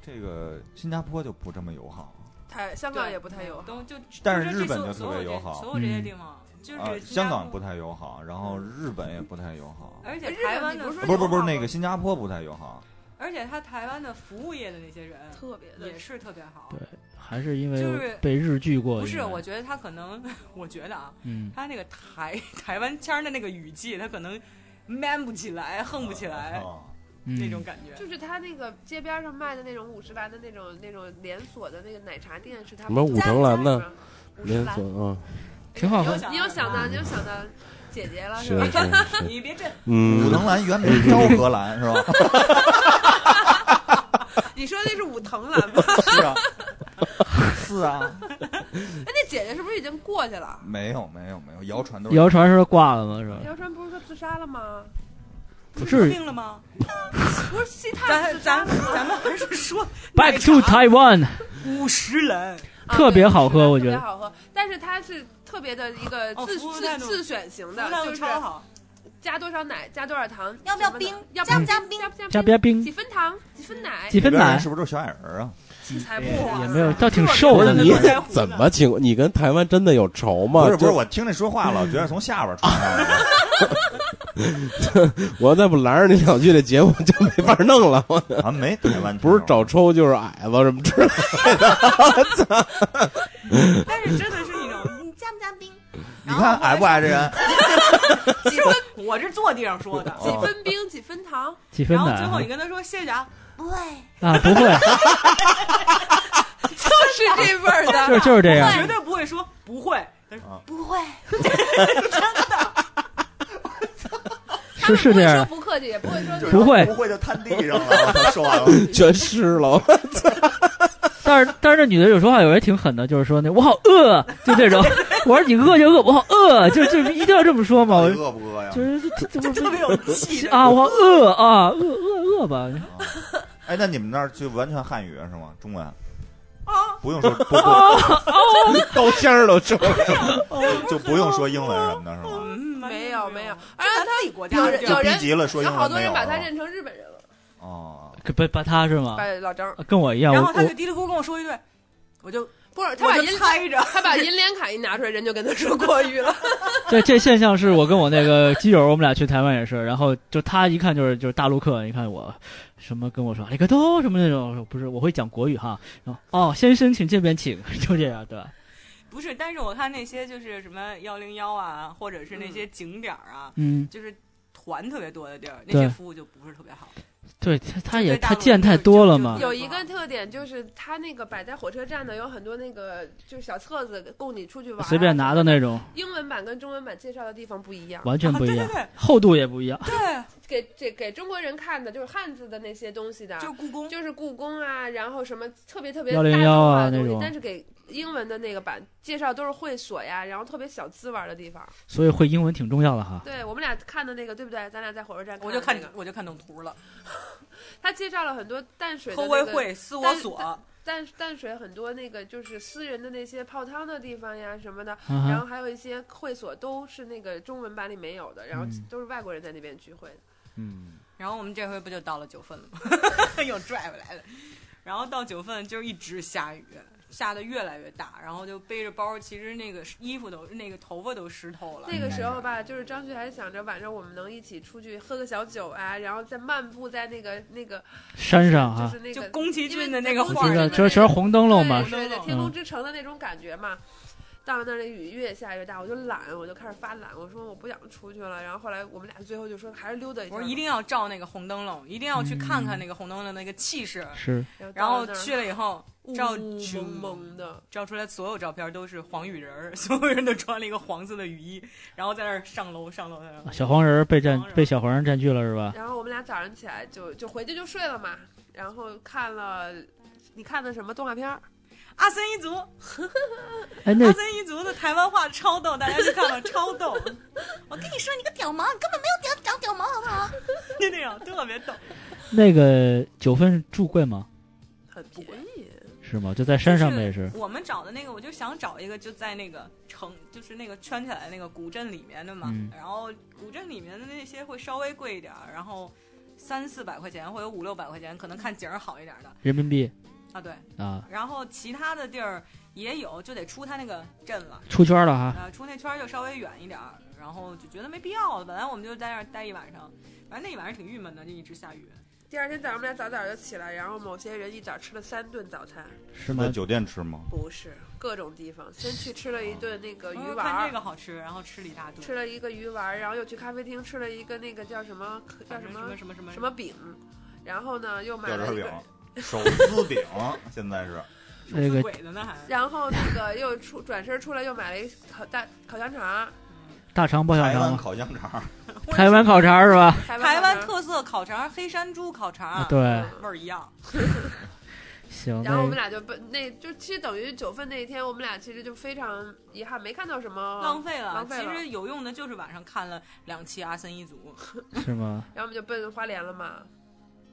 这个新加坡就不这么友好，太香港也不太友好。都就但是就这日本所就所特别有友这好所有这些嗯地方就是啊，新加香港坡哎不，太友好，然后日本也不太友好，而且哎日本台湾你的不是啊说不是不是不是友好吗那个新加坡不太友好，而且他台湾的服务业的那些人特别的也是特别好。对还是因就是为被日剧过。不应是，该我觉得他可能， 我觉得啊，嗯，他那个台 台湾腔儿的那个语气，他可能 man 不起来，横不起来、啊嗯那种感觉。就是他那个街边上卖的那种五十兰的那种那种连锁的那个奶茶店，是他们什么五藤兰呢呢？五十连兰锁，啊，挺好你喝又。你又想到你又想到姐姐了是吧？是是，你别这，武嗯，藤兰原名昭和兰是吧？你说那是五 藤兰吗？是啊， 是啊，哎，那姐姐是不是已经过去了？没有没有没有，谣传都是谣传说挂了吗？是吧？姚川不是说自杀了吗？不生是病了 吗？不是西塔咱自杀咱了吗咱们还是说 Back to Taiwan，五十人，啊特别好喝对我觉得特别好喝。但是它是特别的一个哦自服务自态度自选型的那，就就是超好。加多少奶，加多少糖，要不要什么的冰要不加要不加冰加不加加边冰几分糖，几分奶，几那分边人奶是不是都是小矮人儿啊？才不也啊也没有，哦倒挺瘦 不的那是你种。怎怎么情况？你跟台湾真的有仇吗？不是不，就是我听这说话了，我觉得从下边传上来的。我要再不拦着你两句，这节目就没法弄了。我咱们没台湾听不友是找抽就是矮子什么之类的。但是真的是一种，你加不加冰？你看矮不矮这人？我是坐地上说的。 几分冰，几分 糖，几分然后奶最后你跟他说谢谢啊，不会，啊？不会，就是这味儿就的。是就是这 样。绝对不会说不会。他说不会，他们是不这会样说的不客气，也不会说不会不会就摊地上了。我操，说完了， 全湿了。但是但是这女的有时候还有也挺狠的，就是说那我好饿，就这种。我说你饿就饿，我好饿，就就一定要这么说嘛。我饿不饿呀？就是这这特别有 气啊，我好饿啊，饿饿饿吧。哎，那你们那儿就完全汉语是吗？中文啊！不用说，不不刀尖儿都肿了。就不用说英文什么的，是吗？嗯，没有没有，而咱且自己国家有是人这就样有哎逼人急了说有英好文多没人有把他了认成日本人了，哦，把把他是吗把？老张跟我一样，然我后他就我嘀里咕噜跟我说一堆，我就不是他我把就银猜着，他把银联卡一拿出来，人就跟他说国语 了。这这现象是我跟我那个基友，我们俩去台湾也是，然后就他一看就是就是大陆客，一看我什么跟我说阿里嘎多什么那种，我说不是我会讲国语哈，然后哦先生请这边请，就这样对吧？不是，但是我看那些就是什么幺零幺啊，或者是那些景点儿啊，嗯，就是团特别多的地儿，那对些服务就不是特别好。对他他就也对大他陆见就太就多就了就嘛，有一个特点就是，他那个摆在火车站的有很多那个就是小册子，供你出去玩、啊随便拿的。那种英文版跟中文版介绍的地方不一样，完全不一样啊、，对厚度也不一样。对对给这给中国人看的就是汉字的那些东西的对，，就故宫， 就是故宫啊，然后什么特别特别101啊大众化的那东西种，但是给英文的那个版介绍都是会所呀，然后特别小资玩的地方。所以会英文挺重要的哈。对我们俩看的那个，对不对？咱俩在火车站我就看的那个，我就看懂图了。他介绍了很多淡水的、偷那窥个、会思我所，淡淡水很多那个就是私人的那些泡汤的地方呀什么的，啊然后哈，还有一些会所都是那个中文版里没有的，然后嗯都是外国人在那边聚会的。嗯，然后我们这回不就到了九份了 吗？又拽回来了。然后到九份就是一直下雨，下的越来越大，然后就背着包，其实那个衣服都那个头发都湿透了。那个时候吧，就是张旭还想着晚上我们能一起出去喝个小酒啊，然后再漫步在那个那个山上哈就，是那就个宫崎因为骏的在那个宫我崎画骏知道的儿，这全是红灯笼嘛对，对对，嗯天空之城的那种感觉嘛。到了那里雨越下越大，我就懒，我就开始发懒，我说我不想出去了。然后后来我们俩最后就说还是溜达一下吧。我说一定要照那个红灯笼，一定要去看看那嗯个红灯笼的那个气势。是然到后了那儿去了以后，嗯雾照蒙蒙的，照出来所有照片都是黄雨人儿，所有人都穿了一个黄色的雨衣，然后在那儿上楼上楼在那儿小黄人儿被小占黄人儿被小黄人占据了是吧？然后我们俩早上起来就就回去就睡了嘛，然后看了你看的什么动画片儿？阿森一族，哎，那阿森一族的台湾话超逗，大家去看吧，超 逗，我跟你说，你个屌毛，你根本没有屌长屌毛，好不好？就那种特别逗。那个九份住贵吗？很便宜，是吗？就在山上呗，就是我们找的那个，我就想找一个就在那个城，就是那个圈起来的那个古镇里面的嘛。嗯然后古镇里面的那些会稍微贵一点儿，然后三四百块钱或者五六百块钱，可能看景儿好一点儿的人民币啊。对，啊，然后其他的地儿也有，就得出他那个镇了，出圈了哈。呃，出那圈儿就稍微远一点儿。然后就觉得没必要了，本来我们就在那儿待一晚上，反正那一晚上挺郁闷的，就一直下雨。第二天早上我们俩早早就起来，然后某些人一早吃了三顿早餐，是在吗？酒店吃 吗？不是各种地方，先去吃了一顿那个我呃鱼说丸哦看这儿。个好吃，然后吃了一大顿，吃了一个鱼丸儿，然后又去咖啡厅吃了一个那个叫什么叫反什正么什么什么什么饼，然后呢又买吊了针一饼个，手撕饼，现在是那什么个鬼的呢还。然后那个又出转身出来又买了一烤大烤香肠，大肠包小台肠湾吗？烤香肠，台湾烤肠是吧？台湾台烤湾肠特色烤肠，黑山猪烤肠啊，，对，嗯味儿一样。行。然后我们那俩就奔，那就其实等于九份那一天，我们俩其实就非常遗憾，没看到什么浪。费了，嗯浪费了其实有用的就是晚上看了两期《阿森一族》，是吗？然后我们就奔花莲了嘛，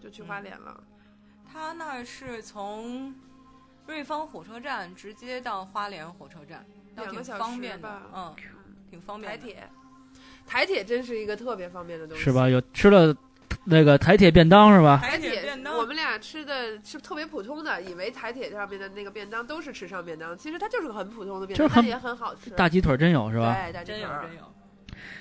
就去嗯花莲了。他那儿是从瑞芳火车站直接到花莲火车站，倒两个挺小时方便的吧，嗯，挺方台便的。铁，台铁真是一个特别方便的东西，是吧？？有吃了那个台铁便当是吧？台台铁铁便，我当，们俩吃的是特别普通的，以为台铁上面的那个便当都是吃上便当，其实它就是个很普通的便当，就是很但也很好吃。大鸡腿真有是吧？对，大鸡真腿有儿真有。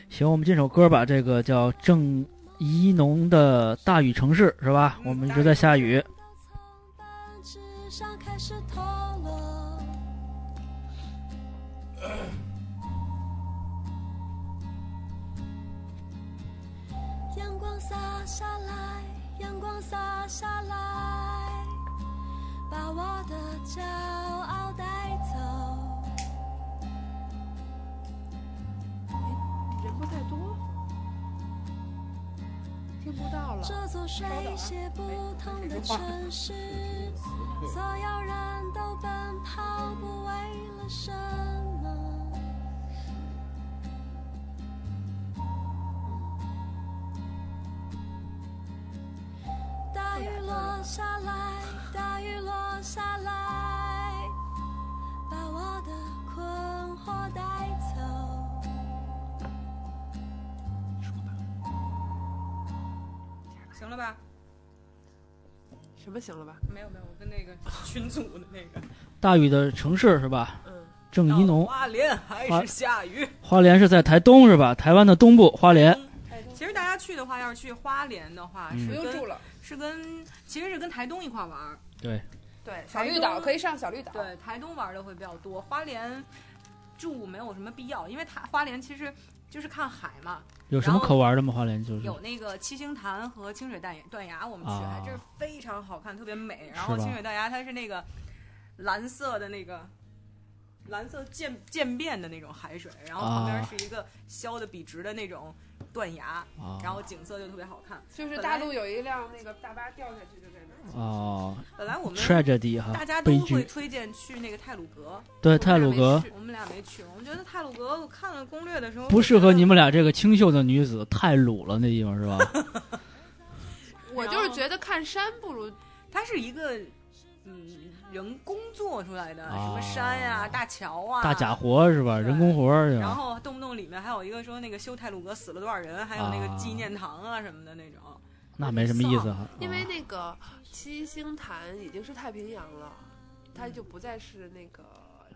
行，我们这首歌吧，这个叫郑怡农的《大雨城市》是吧？嗯我们一直在下雨，稻草板纸上开始脱落。阳光洒下来，阳光洒下来，把我的骄傲带走。人不太多，到了。这座水泄不通的城市，所有人都奔跑，不为了什么。大雨落下来，大雨落下来，把我的困惑带走。行了吧？什么行了吧？没有没有，我跟那 个群组的那个，大禹的城市是吧？嗯，正宜农，花莲还花是下雨。花莲是在台东是吧？台湾的东部，花莲。嗯其实大家去的话，要是去花莲的话，嗯是不用跟住了，是跟其实是跟台东一块玩儿。对，对，小绿台东岛可以上小绿岛。对，台东玩的会比较多，花莲住没有什么必要，因为它花莲其实就是看海嘛，有什么可玩的吗？花莲就是有那个七星潭和清水断崖断崖，我们去嗯啊还真是非常好看，特别美。是然后吧清水断崖它是那个蓝色的那个。蓝色渐渐变的那种海水，然后旁边啊是一个削的笔直的那种断崖，啊然后景色就特别好看。就是本大来陆有一辆那个大巴掉下去就在那儿。哦本来我们，tragedy 哈大家，都啊悲会剧。推荐去那个泰鲁阁，对，泰鲁我阁们我们俩没去，我们觉得泰鲁阁，我看了攻略的时候不适合你们。们俩这个清秀的女子，太鲁了那地方是吧？俩没去我就是觉得看山不如它是一个嗯人工做出来的，啊什么山呀、大桥啊、大假。活是吧？对人工活儿是然吧？后动不动里面还有一个说那个修泰鲁阁死了多少人，还有那个纪念堂啊什么的那种。那没什么意思哈。因为啊那个七星潭已经是太平洋了，它就不再是那个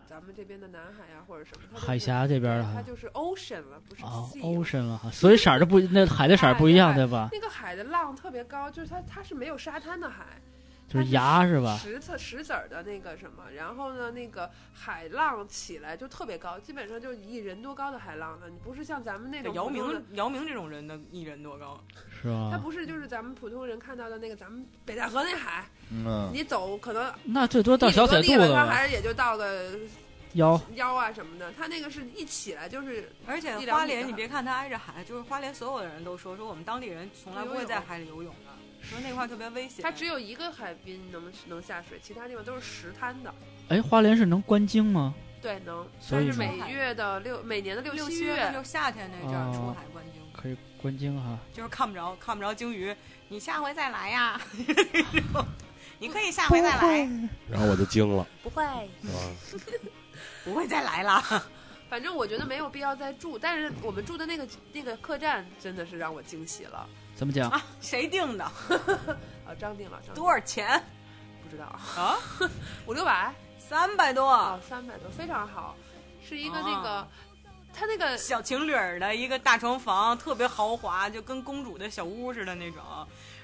咱们这边的南海啊或者什么，它就是海峡这对边的它哈就是 ocean 了，不是哦 sea 了。 ，ocean 了哈，所以色儿都不那海的色儿不一样对吧？那个海的浪特别高，就是它它是没有沙滩的海，就是崖是吧？石子石子儿的那个什么，然后呢，那个海浪起来就特别高，基本上就一人多高的海浪了。你不是像咱们那种姚普通的明，姚明这种人的一人多高？是它吧？不是就是咱们普通人看到的那个咱们北戴河那海，嗯，你走可能那最啊多到小腿肚顶多子地板上吧，还是也就到个腰腰啊什么的。它那个是一起来就是而且一两米的花莲，海你别看它挨着海，就是花莲所有的人都说，说我们当地人从来不会在海里游泳的，说那块特别危险。它只有一个海滨能能下水，其他地方都是石滩的。哎，花莲是能观鲸吗？对，能，所但以是呢每月的六每年的六六七月份月就夏天那阵儿出海观鲸，可以观鲸哈。就是看不着看不着鲸鱼，你下回再来 呀。这种你可以下回再来，然后我就惊了，不会，是吧？不会再来了。反正我觉得没有必要再住，但是我们住的那个那个客栈真的是让我惊喜了。怎么讲？谁定的？啊，张定了，张定多少钱不知道，啊？ 五六百三百啊多，，三百多，非常好，是一个啊那个，它那个小情侣儿的一个大床房，特别豪华，就跟公主的小屋似的那种。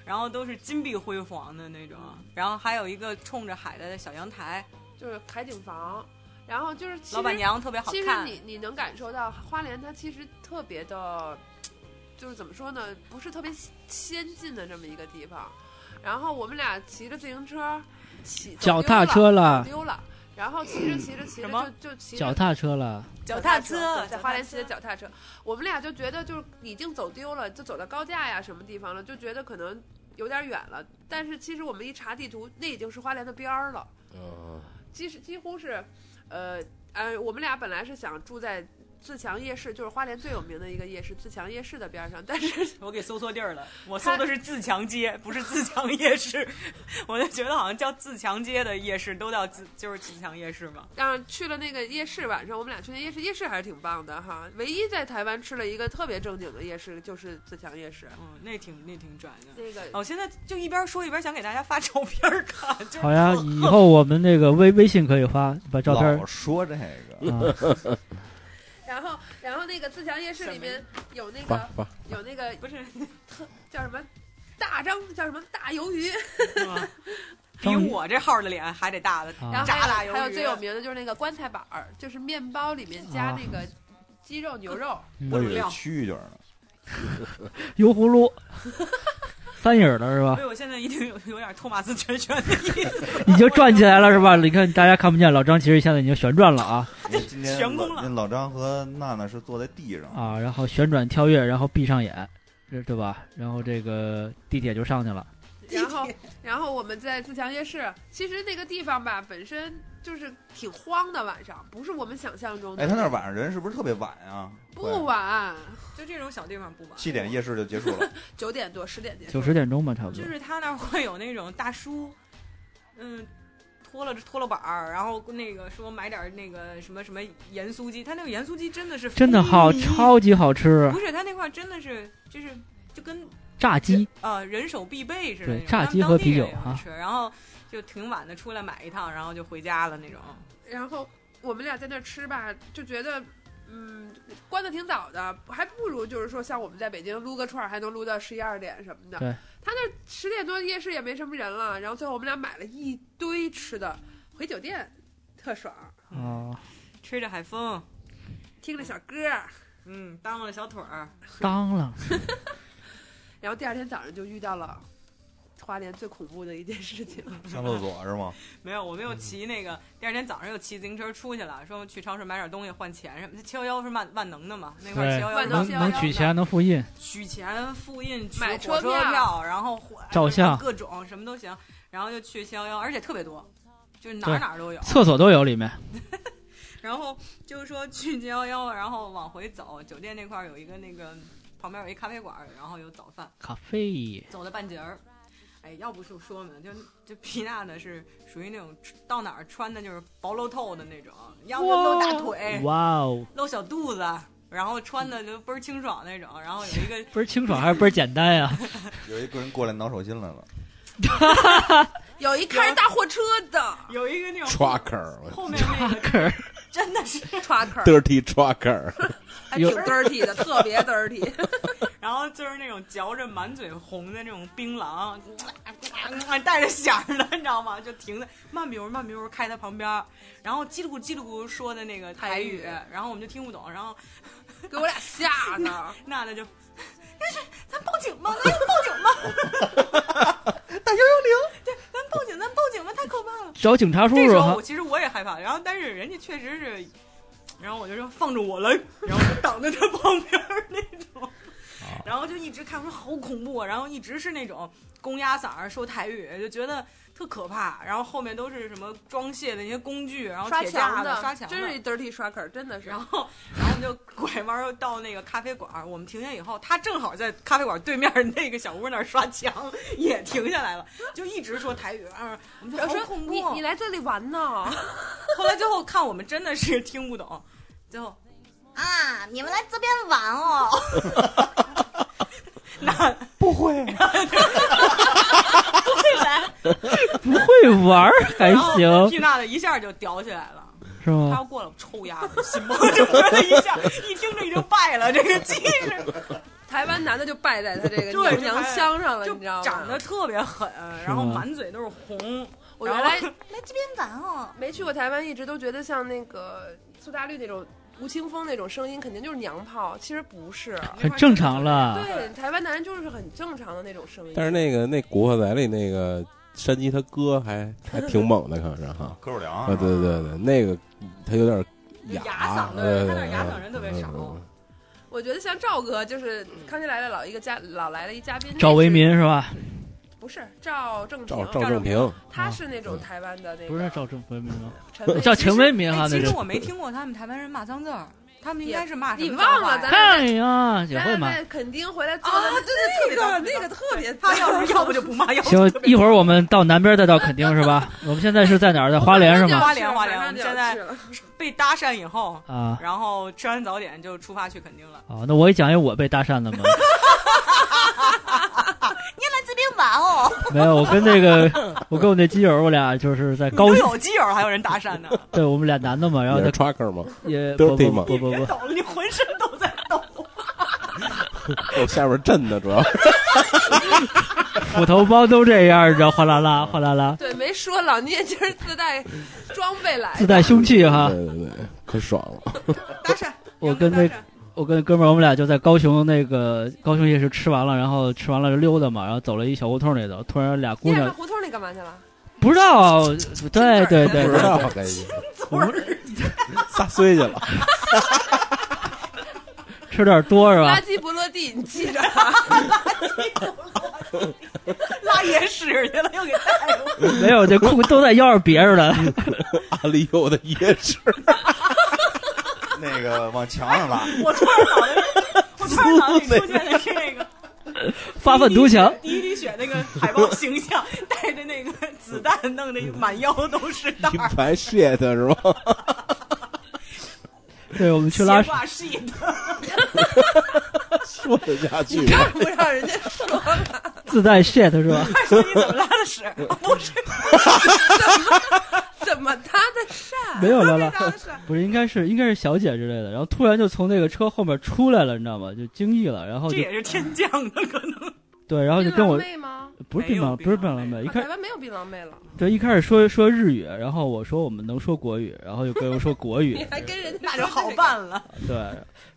然后都是金碧辉煌的那种，然后还有一个冲着海的小阳台，就是海景房，然后就是其实老板娘特别好其实看。你你能感受到花莲它其实特别的，就是怎么说呢，不是特别先进的这么一个地方。然后我们俩骑着自行车，骑走脚丢踏了车了走丢了。然后骑着骑着骑什着么就就骑着脚踏车了，脚踏车，车对在花莲骑的脚踏车，我们俩就觉得就是已经走丢了，就走到高架呀什么地方了，就觉得可能有点远了。但是其实我们一查地图，那已经是花莲的边儿了，嗯，几是几乎是，呃呃，我们俩本来是想住在自强夜市，就是花莲最有名的一个夜市自强夜市的边儿上，但是我给搜错地儿了，我他搜的是自强街，不是自强夜市。 我就觉得好像叫自强街的夜市都叫自，就是自强夜市嘛。让、去了那个夜市，晚上我们俩去那夜市，夜市还是挺棒的哈。唯一在台湾吃了一个特别正经的夜市，就是自强夜市。嗯，那挺那挺拽的。哦那个我、现在就一边说一边想给大家发照片儿看，就是好呀！哦以后我们那个微微信可以发，把照片儿老说这个，啊，然后，然后那个自强夜市里面有那发个发，有那个不是叫什么大张叫什么大鱿鱼，是吗比章鱼我这号儿的脸还得大的。然啊哦后还炸有大鱿鱼还有最有名的就是那个棺材板儿，就是面包里面加啊那个鸡肉牛肉，我以嗯，为蛐蛐儿呢。油葫 芦，三影儿了是吧所？以我现在一定有有点托马斯全旋的意思， 已经转起来了是吧？你看大家看不见，老张其实现在已经旋转了啊因为今天全功老了老张和娜娜是坐在地上，啊啊，然后旋转跳跃，然后闭上眼，是对吧？然后这个地铁就上去了，然后，然后我们在自强夜市，其实那个地方吧，本身就是挺荒的，晚上不是我们想象中的。哎，他那儿晚上人是不是特别晚啊？不晚，就这种小地方不玩。七点夜市就结束了，九点多十点结束。九十点钟吧，差不就。多是他那儿会有那种大叔，嗯，拖了拖了板儿，然后那个说买点儿那个什么什么盐酥鸡，他那个盐酥鸡真的是真的好，风靡超级好吃不，是他那块儿真的是就是就跟炸鸡。呃人手必备似的那种，对炸他们鸡当和地啤人酒也会啊吃，然后就挺晚的出来买一趟，然后就回家了那种。然后我们俩在那儿吃吧，就觉得，嗯，关的挺早的，还不如就是说像我们在北京撸个串儿，还能撸到十一二点什么的。对，他那十点多夜市也没什么人了，然后最后我们俩买了一堆吃的，回酒店特爽，啊，吹着海风，听着小歌儿，嗯，当了小腿儿，当了，然后第二天早上就遇到了花莲最恐怖的一件事 情，上厕所是吗？没有，我们又骑那嗯个，第二天早上又骑自行车出去了，说去超市买点东西换钱什么的。七幺幺是万万能的嘛，那块儿对七幺幺万能能能取钱，能复印，取钱、复印、取买火车车票票，然后火照相各种什么都行，然后就去七幺幺，而且特别多，就是哪对儿哪儿都有。厕所都有里面。然后就是说去七幺幺，然后往回走，酒店那块儿有一个那个旁边有一咖啡馆儿，然后有早饭，咖啡，走了半截儿。哎，要不就说嘛，就就皮娜呢是属于那种到哪儿穿的就是薄露透的那种，要不就露大腿、哇哦，露小肚子，然后穿的就倍儿清爽那种。然后有一个倍儿清爽还是倍儿简单啊呀？ 有一个人过来挠手心来了，有一开着大货车的有一个那种后 trucker 后面那个可是真的是， trucker， dirty trucker， 还挺有 dirty 的，特别 dirty。 然后就是那种嚼着满嘴红的那种槟榔，啊带着响儿的，你知道吗？就停在慢比如慢比如开他旁边儿，然后叽里咕叽里咕说的那个台语，台然后我们就听不懂，然后给我俩吓 的，娜娜就。但是咱报警吧，咱报警吧，打幺幺零。对，咱报警，咱报警吧，太可怕了。找警察叔这时叔候哈我，其实我也害怕，然后但是人家确实是，然后我就说放着我了，然后就挡在他旁边儿那种，然后就一直看，我说好恐怖啊，然后一直是那种公鸭嗓儿说台语，就觉得特可怕，然后后面都是什么装卸的那些工具，然后刷铁架墙子、的，刷墙的，真是一 dirty trucker，真的是。然后，然后我们就拐弯儿到那个咖啡馆儿。我们停下以后，他正好在咖啡馆对面儿那个小屋那儿刷墙，也停下 来了，就一直说台语。啊，我们就然后好说恐怖哦啊你。你来这里玩呢，后来最后看我们真的是听不懂，最后啊！你们来这边玩哦，那不会，不会玩儿还然后行缇娜的一下就屌起来了。是他吗？要过来，我抽丫的心包就 觉得一下一听这已经败了，这个气势。台湾男的就败在他这个 对牛娘腔上 了，就你知道吗？长得特别狠，然后吗满嘴都是红。我然原后来来这边玩哦。没去过台湾，一直都觉得像那个苏打绿那种、吴青峰那种声音，肯定就是娘炮，其实不是。啊很正常了。对，台湾男人就是很正常的那种声音。但是那个那《古惑仔》里那个山鸡他哥还还挺猛的，看着哈。柯受良 啊，对对对对，那个他有点就哑，哑嗓对他对呃那对哑嗓人特别少嗯我觉得像赵哥，就是《康熙来了》老一个嘉老来了一嘉宾，赵那是为民是吧？不是赵正赵平，赵正平，他是那种嗯台湾的那个，不是赵正为民吗？陈伟叫陈为民哎哈，那其实是。我没听过他们台湾人骂脏字儿，他们应该是骂什你么忘脏话了呀咱哎呀，也咱会俩吗？在垦丁哎回来做啊的，对对，那特别个那个特别 他脏，要是要不就不骂，要不行就特，别一会儿我们到南边再到垦丁是吧？我们现在是在哪儿？在花莲是吗？花莲花莲马上就要我们现在去了被搭讪以后，啊，然后吃完早点就出发去垦丁了。好，那我也讲一我被搭讪的嘛。你来这边玩哦， 没有，我跟那个， 我跟我那基友，我俩就是在高都 雄，有基友还有人搭讪呢，对我们俩男的嘛，然后也是在 trucker 嘛，也不 dirty 不嘛不不不别，抖 了，你浑身都在抖。 我下边震的主要。斧头帮都这样，你知道，哗啦啊啦，哗啦啦，对，没说老聂今儿自带装备来自带凶器哈。对对对，可爽了。搭讪，我跟那杨哥搭讪我跟哥们儿，我们俩就在高雄那个高雄夜市吃完了，然后吃完了就溜达嘛，然后走了一小胡同里头，突然俩你姑俩上娘胡同里干嘛去了？不知道啊，我对对不对知对，道，感觉我们撒碎去了。吃点多是垃吧？圾不落地，地，你记着。拉野屎去了，又给带回来。没有，这裤都在腰上别着的。嗯阿里有的也是，那个往墙上拉，我突然脑 袋，我突然脑袋里出现的是那个发愤图强，第一滴血那个海报形象， 带着那个子弹，弄得满腰都是带一儿，排 shit 是吧？对我们去拉斜挂式的说得下去吗？不让人家说了，自带 shit 是吧？ 他说你怎么拉的 屎？哦不是，怎么搭的讪？没有了啦搭的讪。不是，应该是应该是小姐之类的。然后突然就从那个车后面出来了，你知道吗？就惊异了，然后这就也是天降的，可 能对，然后就槟跟榔我妹吗？不是槟榔，没有不是槟槟榔榔妹，一啊开台湾没有槟榔妹了，对一开始说说日语，然后我说我们能说国语，然后又跟我说国语 你，还跟人家那就说这好个，办了。对，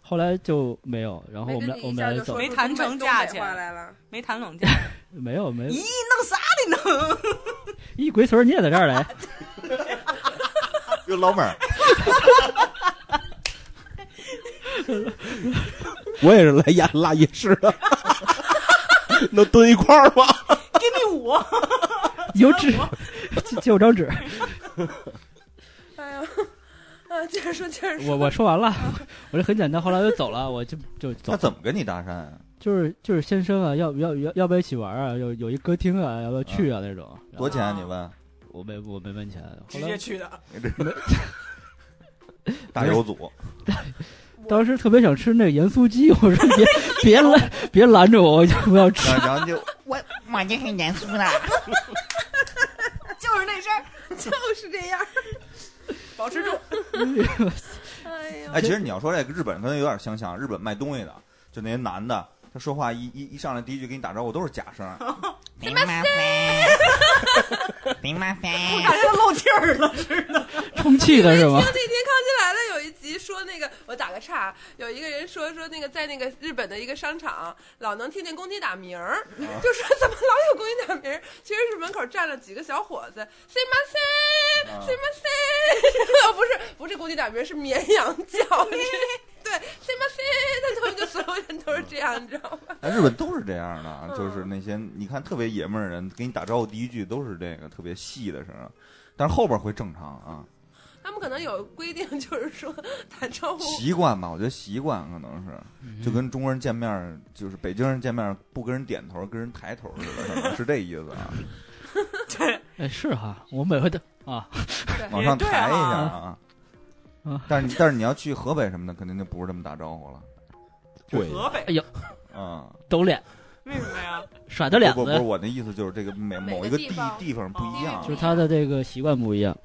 后来就没有，然后我们俩没跟你我一们下俩就就走说了，没出谈东北成价东北钱话来了。 没谈拢价，没有没有咦，，弄啥 呢？弄一鬼孙儿你也在这 儿来，哟，老妹儿，我也是来压拉夜市的，能蹲一块儿吗？ ，give me 五，有纸， 借借我张纸，哎呀，啊，接着说，接着说。我我说完了， 我这很简单，后来就走了，我就就走他。怎么跟你搭讪啊？就是就是先生啊，要不要要要不要一起玩啊？有有一歌厅啊，要不要去啊？那种然后多钱啊？你问 我没我没问钱，后直来接去的。大有 组，当时特别想吃那个盐酥鸡，我说别别拦别拦着我，我就不要吃。然后然后就我我这很严肃 的，就是那事儿，就是这 样。保持住，哎呦，哎，其实你要说这个日本跟有点相像，日本卖东西的就那些男的，他说话一一一上来第一句给你打招呼都是假声，别麻烦，别麻 烦，感觉漏气儿了似的。充气的是吗哎听？那天《康熙来了》有一集说那个，我打个岔，啊有一个人说说那个在那个日本的一个商场，老能听见公鸡打鸣儿，啊就说怎么老有公鸡打鸣儿？其实是门口站了几个小伙子，say my 啊 say say my say，不 是不是公鸡打鸣儿，是绵羊 叫。对，say my say，但他们就所有人都是这样，你知道吗？哎，日本都是这样的，啊就是那些你看特别爷们儿的人给你打招呼第一句都是这个特别细的声，但是后边会正常啊，他们可能有规定， 就是说打招呼习惯吧，我觉得习惯可能是就跟中国人见面儿，就是北京人见面儿不跟人点头，跟人抬头似的，可能是这意思啊， 哎，是哈，我每回都啊，往上抬一下嗯啊。但是你但是你要去河北什么的，肯定就不是这么打招呼了对，河北啊。抖脸为什么呀？甩的脸不不不是子，我的意思，就是这个每每某个一个地地方地方不一样哦就是他的这个习惯不一样。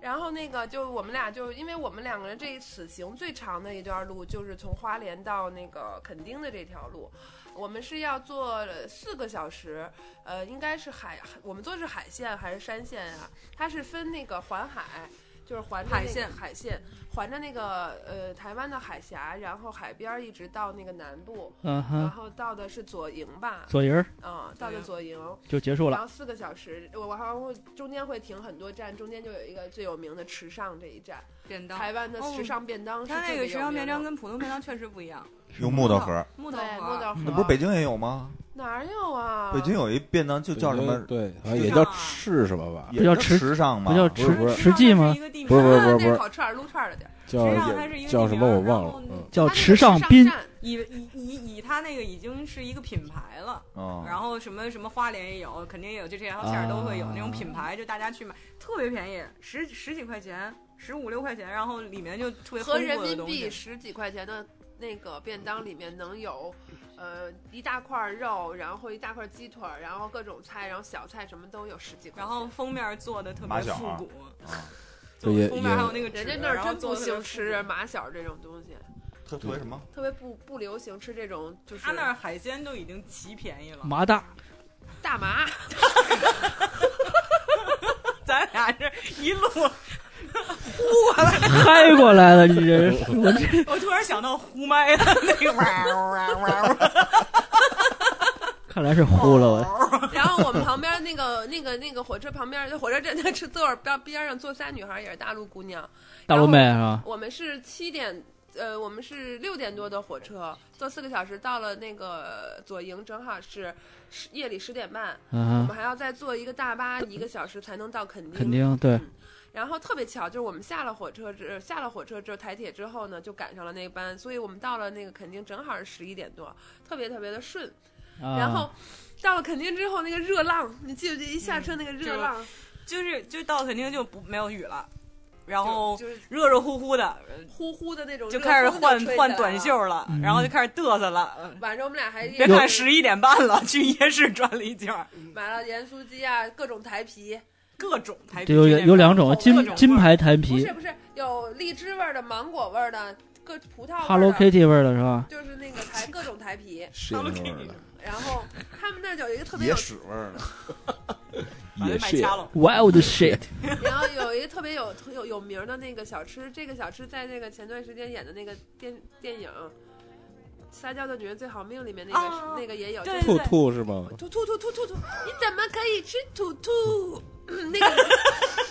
然后那个就我们俩就因为我们两个人这一此行最长的一段路就是从花莲到那个垦丁的这条路，我们是要坐四个小时，呃，应该是海，我们坐的是海线还是山线啊？它是分那个环海。就是环着那个海线海线环着那个呃台湾的海峡，然后海边儿一直到那个南部，嗯然哼，后到的是左营吧，左营儿嗯，到的左营，就结束然了。后四个小时，我我好像会中间会停很多站，中间就有一个最有名的池上这一站，便当，台湾的哦时尚便当是它那最个为石有上名便当的跟普通便当确实不一样，用木头盒儿，木头对盒木儿头盒，那不是北京也有吗？哪儿有啊？北京有一便当就叫什么？对，好像也叫是什么吧？也不叫吃时尚吗？不叫不是不吃是实际石上它吗是一？个地名不是不是不是啊不那是，烤串儿撸串儿的地儿，实际叫上它是一个叫什么我忘地了名。然后嗯，叫它那个哦池上上宾，站以以以以他那个已经是一个品牌了，嗯，然后什么什么花莲也有，肯定也有，就这条线儿都会有那种品牌，就大家去买，特别便宜，十十几块钱，十五六块钱，然后里面就特别合丰人富的民东币西。十几块钱的那个便当里面能有，呃，一大块儿肉，然后一大块儿鸡腿儿，然后各种菜，然后小菜什么都有十几块然钱。后封面做的特马别小复啊古，啊就也封面还有那个纸人家那儿然后真做不得特别兴复吃古马小这种东西，特特别什么？特别不不流行吃这种，就是他那儿海鲜都已经奇便宜了，麻大，大麻。咱俩这一 路呼过来，嗨过来了，你这 是我这我突然想到呼麦的那个玩儿玩儿玩儿玩儿，看来是呼了我。 然后我们旁边那个那个那个火车旁边，就火车站那吃座儿边边上坐仨女孩，也是大陆姑娘。大陆妹是吧？啊我们是七点呃，我们是六点多的火车，坐四个小时到了那个左营，正好是十夜里十点半，我嗯们，还要再坐一个大巴一个小时才能到垦丁。肯定对，然后特别巧，就是我们下了火车之下了火车之后，台铁之后呢，就赶上了那个班，所以我们到了那个垦丁正好是十一点多，特别特别的顺。然后啊到了垦丁之后，那个热浪，你记不记？一下车那个热就浪，就是就到肯定就不没有雨了，然就后就是热热乎乎的，呼呼的那种，嗯就开始换换短。袖了，然后嗯就开始嘚瑟了。嗯晚上我们俩还别看十一点半了，去夜市转了一圈儿，买了盐酥鸡啊，各种台皮，各种台就有有两种金各种味儿金牌弹不皮是不是，有荔枝味儿的、芒果味儿的，各葡萄味儿的，Hello Kitty 味儿的是吧？就是那个台各种台皮。是那味儿的，然后他们那儿有一个特别野有屎味儿的，把也它买是掐了。 Wild shit，然后有一个特别有有有名儿的那个小吃，这个小吃在那个前段时间演的那个电电影《撒娇的女人最好命》里面那个、啊那个也有，对就是兔兔是吗？兔兔兔兔兔兔，你怎么可以吃兔兔？那个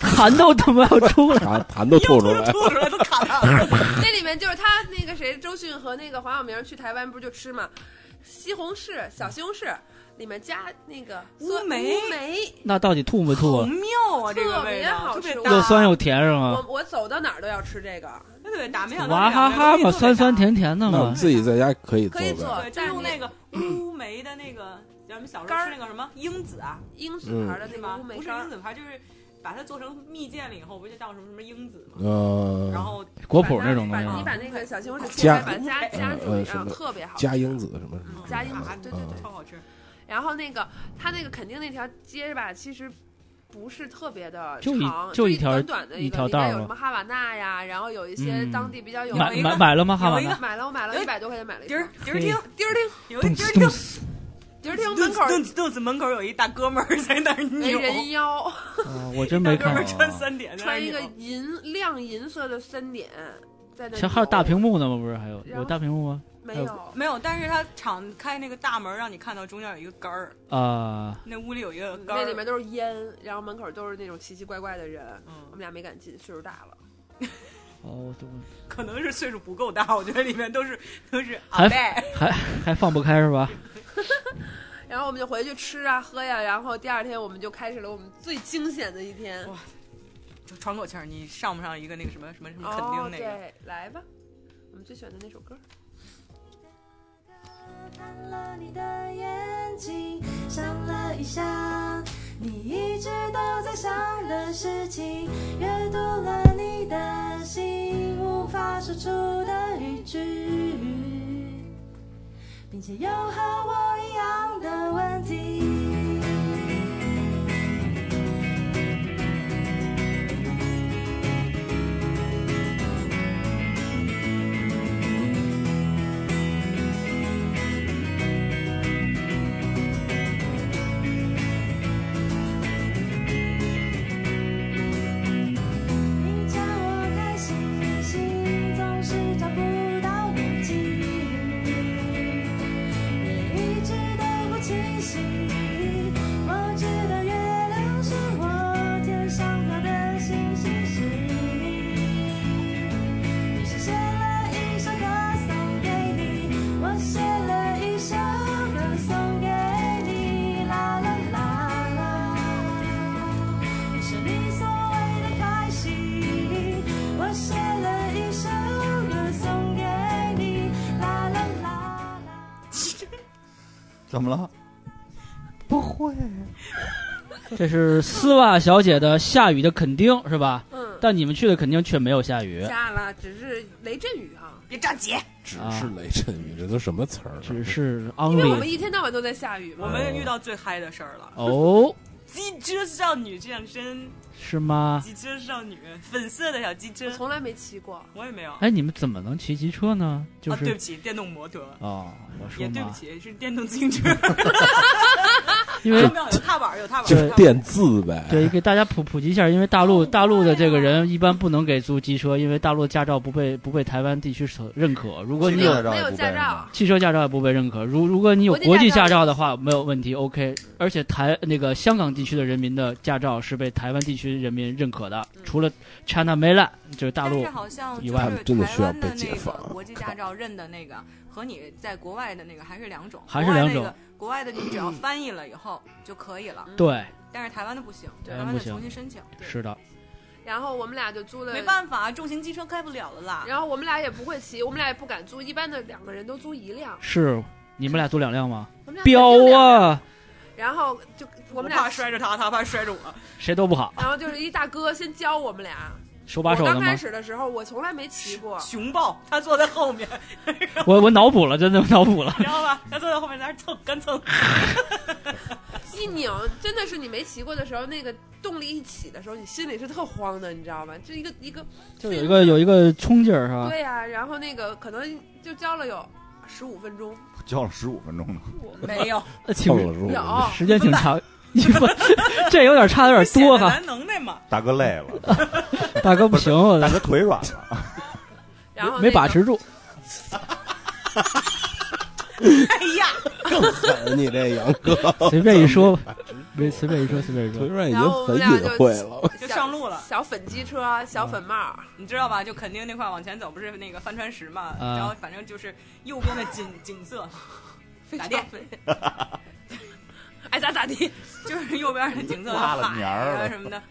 痰都他妈要出来。痰痰都吐出来，吐出来都卡了。那里面就是他那个谁，周迅和那个黄晓明去台湾不就吃嘛？西红柿、小西红柿里面加那个乌梅乌梅，那到底吐没吐好啊啊？妙啊，这个特味别道好特别吃又搭，酸又甜是吗我？我走到哪儿都要吃这个，特别搭，没想到娃哈哈嘛，酸酸。甜甜的那我嘛们。自己在家可以做可以做呗。对，就用那个乌梅的那个，咱们小时候吃那个什么樱子啊，鹰嘴牌的是那个吗乌？梅不是干樱儿，子牌，就是把它做成蜜饯了以后，不就叫什么什么樱子吗？嗯然，后果谱那种东西把你把啊，那个小西红柿切加开，把它加加进呃呃去，什啊么特别好吃。加英子什么嗯什加么英子的，对对对，嗯超好吃。然后那个他那个肯定那条街吧，其实不是特别的就一长，就一一条短短的一个，条里面道有吗什么哈瓦那呀，然后有一些嗯当地比较有买名买的。买了吗？哈瓦 有一那个买了，我买了，有一百多块钱买了一迪儿条。迪儿厅，迪儿厅，有一动迪次儿动厅，次迪儿厅门口顿顿子门口哎有一大哥们儿在那儿没扭，人腰，啊！我真 大没哥看们儿过。穿三点，在那儿穿一个扭银亮银色的三点，在那其实还有大扭屏幕呢吗？不是还有然有后大屏幕吗？没有？没有，但是他敞开那个大门，让你看到中间有一个杆儿，啊，那屋里有一个杆儿，那里面都是烟，然后门口都是那种奇奇怪怪的人，我嗯，们俩没敢进，岁数大了。哦，我懂了可能是岁数不够大，我觉得里面都是都是还阿伯。还还放不开是吧？然后我们就回去吃啊喝呀，然后第二天我们就开始了我们最惊险的一天。哇就喘口气儿，你上不上一个那个什么什么什么肯哦，定那个？对，来吧，我们最喜欢的那首歌。看了你的眼睛，想了一想，你一直都在想的事情，阅读了你的心，无法说出的语句，并且有和我一样的问题。你叫我开心，心总是找不到轨迹，也一直都不清醒。我知道月亮是我天上飘的星星，是你。于是写了一首歌送给你，我写了一首歌送给你，啦啦啦啦。哎你是你所谓的开心，我写了一首歌送给你，啦啦啦啦。怎么了？不会， 这是丝袜小姐的《下雨的垦丁》是吧？嗯，但你们去的垦丁却没有下雨，下了，只是雷阵雨哈，别着急，只啊是雷阵雨，这都什么词儿？只是因为我 only 们一天到晚都在下雨我嘛。们遇到最嗨的事儿了。哦，机车少女健身，是吗？机车少女，粉色的小机车嗯我，从来没骑过，我也没有。哎，你们怎么能骑机车呢？就啊，对是不起，电动摩托。哦，我也说对不嘛，起，是电动自行车。因 为有踏板，有踏板，就有是踏板。练字呗。对，给大家普普及一下，因为大陆大陆的这个人一般不能给租机车，因为大陆驾照不被不被台湾地区所认可。如果你有汽车驾照也不没有驾背照是吧汽车驾照也不被认可，如如果你有国国际际驾驾照照的话，没有问题，OK。而且台那个香港地区的人民的驾照是被台湾地区人民认可的，除了 China m a i l a 就是大但陆是好像以就外是真的台需要湾被的解那放个国际驾照认的那个和你在国外的那个还是两种，还是两种国外那个。国外的你只要翻译了以后就可以了，对，但是台湾的不行，台台湾湾嗯不得行重新申请，是的，然后我们俩就租了，没办法，重型机车开不了了啦。然后我们俩也不会骑，我们俩也不敢租，一般的两个人都租一辆，是你们俩租两辆吗？我们俩彪就两辆！啊，然后就我们我怕俩，摔着他，他怕摔着我。谁都不好，然后就是一大哥先教我们俩。手把我手的刚吗开？始的时候，我从来没骑过，熊抱，他坐在后面，我我脑补了，真的脑补了。你知道吧？他坐在后面在那儿蹭，干蹭。一拧真的是你没骑过的时候，那个动力一起的时候，你心里是特慌的，你知道吗？就一个一个，就有一个有一个冲劲儿是吧？对呀、然后那个可能就教了有十五分钟，教了十五分钟呢。没有，呃挺蹭了是吧？有时间挺长，你不 这有点差的有点多啊哈，难能耐 嘛。大哥累 了，大哥不行，我大哥腿软了，然后、那个、没把持住。哎呀，更狠， 你这杨哥，随便一说，没随便一说，随便一说，腿软已经很隐晦了。就上路了，小粉机车、小粉嗯帽，你知道吧？就肯定那块往前走不是那个帆船石嘛，啊然后反正就是右边的景景 色，打电， 哎爱咋咋地。就是右边的景色，拉了海年儿啊了什么的，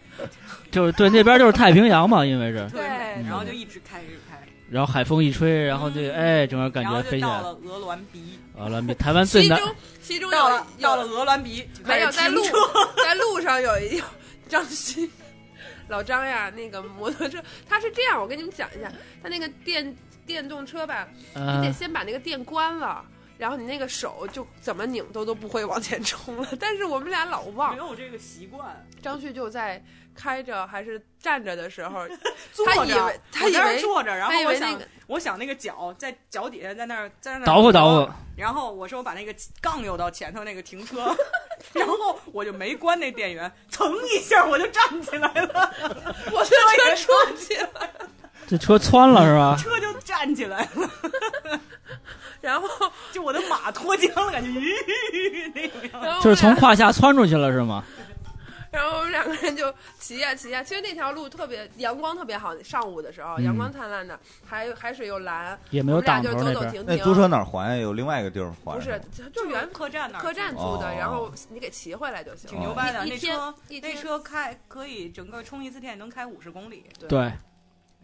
就是对那边就是太平洋嘛，因为是，对，然后嗯就一直开一直开，然后海风一吹，然后这哎，整个感然后觉就飞起到来了了。鹅銮鼻，好了，比台湾最西难中西中到有了到了有鹅銮鼻，就没开有始在停路车， 在路上有一有张鑫，老张呀，那个摩托车他是这样，我跟你们讲一下，他那个电电动车吧，你得嗯，先把那个电关了，然后你那个手就怎么拧都都不会往前冲了。但是我们俩老没忘，有这个习惯，张旭就在开着还是站着的时候， 坐他以着为，他我以在那儿为坐着，然他后以我为那想个我想那个脚在脚底下在那儿在那儿捣鼓捣鼓，然后我说我把那个杠扭到前头那个停车， 然后我就没关那电源，腾一下我就站起来了， 我车也车出去了。这车窜了是吧？车就站起来了，然后，就我的马脱缰了，感觉咦那种样子。然后就是我从俩胯下窜出去了是吗？然后我们两个人就骑呀骑呀，其实那条路特别阳光特别好，上午的时候嗯阳光灿烂的，海海水又蓝，也没我有们俩挡就头走那走边，停那租停。车哪儿还呀？有另外一个地儿还？不是，就原客站那儿客站租的，哦然后你给骑回来就行。挺牛掰的，一那一天车一那天车开可以整个充一次电能开五十公里，对。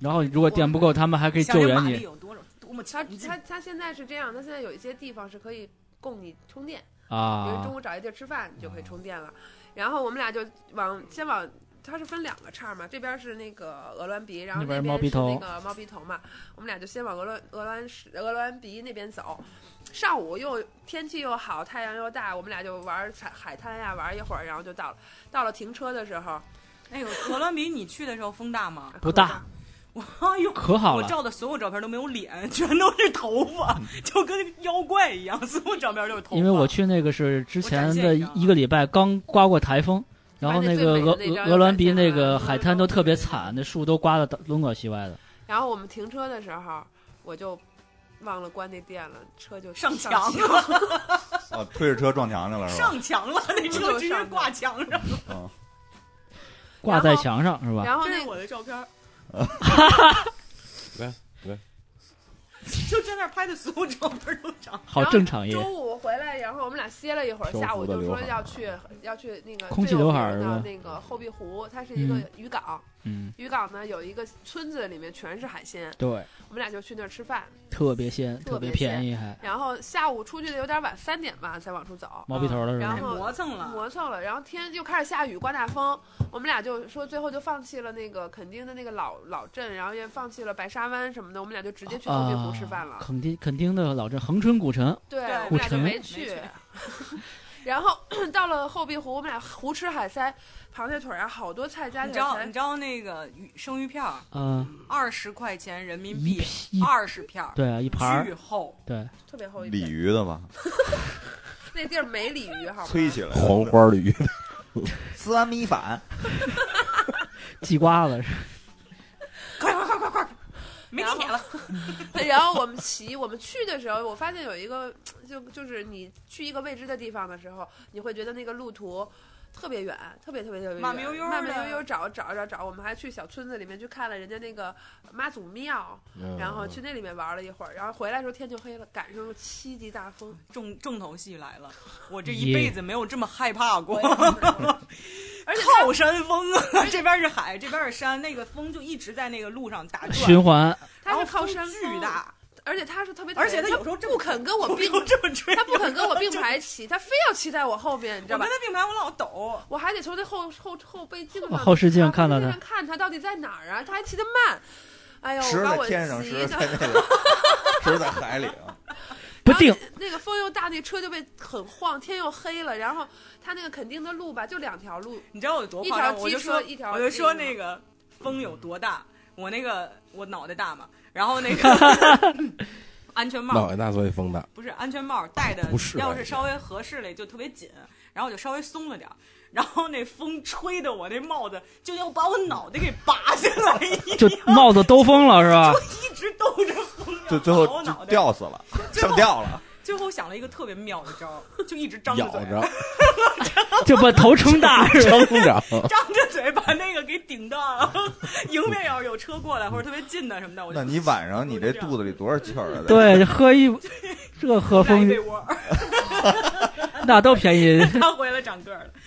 然后如果电不够，他们还可以想救这援马力你有多少多么它强劲它它现在是这样，它现在有一些地方是可以供你充电，比如啊中！午找一地儿吃饭，你就可以充电了。然后我们俩就往先往，它是分两个岔嘛，这边是那个鹅銮鼻，然后那那边是边猫鼻是那头个猫鼻头嘛。我们俩就先往鹅銮鹅銮石鹅銮鼻那边走。上午又天气又好，太阳又大，我们俩就玩海海滩呀、玩一会儿，然后就到了。到了停车的时候，哎哎呦，鹅銮鼻你去的时候风大吗？ 不大，我哎呦，可好我了，嗯照的所有照片都没有脸，全都是头发，就跟妖怪一样，所有照片都是头发。因为我去那个是之前我的展现一张一个礼拜刚刮过台风，然后啊把那个最美的鹅那张鹅鹅銮鼻展现那了个海滩都特别惨，那树都刮得东倒西歪的。然后我们停车的时候，我就忘了关那电了，车就上墙墙了，哦，推着车撞墙去了啊是吧？上墙了，那车直接挂墙上。挂在墙上是吧？ 然后这那是我的照 片，来来，就在那儿拍的所有照片都长。好正常耶周，五回来，然后我们俩歇了一会儿，漂浮下午的就刘说海儿要去要去那个空气最有刘名海儿是吧的那个后壁湖，它是一个嗯渔港。嗯，渔港呢有一个村子，里面全是海鲜，对，我们俩就去那儿吃饭。特别鲜，特特别别便宜还然后下午出去的有点晚，三点吧才往出走，毛笔头了嗯是然吧？后磨蹭了，磨蹭了。然后天又开始下雨，刮大风，我们俩就说最后就放弃了那个垦丁的那个老老镇，然后也放弃了白沙湾什么的，我们俩就直接去后壁啊湖吃饭了。垦丁垦丁的老镇恒春古城，对，对我们俩就没没去去。 然后 到了后壁湖，我们俩胡吃海塞，螃蟹腿儿啊，好多菜加你起知道来你才知道那个鱼生鱼片嗯，二十块钱人民一币，批二十片儿对啊，一盘巨儿，厚，对，特别厚一鲤片。鱼的吧？那地儿没鲤鱼，好吗？催起来，黄花驴，斯安米反，记瓜 子是没地 铁了，然后我们骑，我们去的时候，我发现有一个，就就是你去一个未知的地方的时候，你会觉得那个路途特别远，特别特别特别远，慢慢悠悠的慢慢悠悠找找找找。我们还去小村子里面去看了人家那个妈祖庙，嗯然后去那里面玩了一会儿，然后回来的时候天就黑了，赶上了七级大风，重重头戏来了，我这耶一辈子没有这么害怕过。 而且它靠山风啊，这边是海，这边是山，那个风就一直在那个路上打转循，环，它然是后靠风山巨峰，大，而且它是特别讨而厌，且它有时候这么不肯 跟我并有时。候这么吹，它不肯跟我并有时候这么排骑，它非要骑在我后边，你知我道吧跟？他并排，我老抖。我还得从那后后后背镜后上后视镜看到他，他看他到底在哪儿啊？他还骑得慢，哎呦，石我把在我天上，急石在的。那个，石在海里 啊。不定然后那个风又大，那车就被很晃，天又黑了。然后他那个垦丁的路吧，就两条路，你知道我有多一夸条张？我机就说车，，一条我就说那那个风有多大，我那个我脑袋大嘛，然后 那个安全帽脑袋大所以风大，不是安全帽戴的不，是要是稍微合适了就特别紧，然后我就稍微松了点儿，然后那风吹的我那帽子就要把我脑袋给拔下来一样，就帽子兜风了是 吧？一直兜着风，就最然后后就挠我脑袋。吊死了，上吊了。最后想了一个特别妙的招儿，就一直张着咬嘴， 着，就把头撑大是吧？撑着，张着嘴把那个给顶到，然后 迎面要是有车过来或者特别近的什么的，我就那你晚上你这肚子里多少气儿啊？在对，喝一这喝盖一风被窝儿， 那都便宜，他回来长个儿了。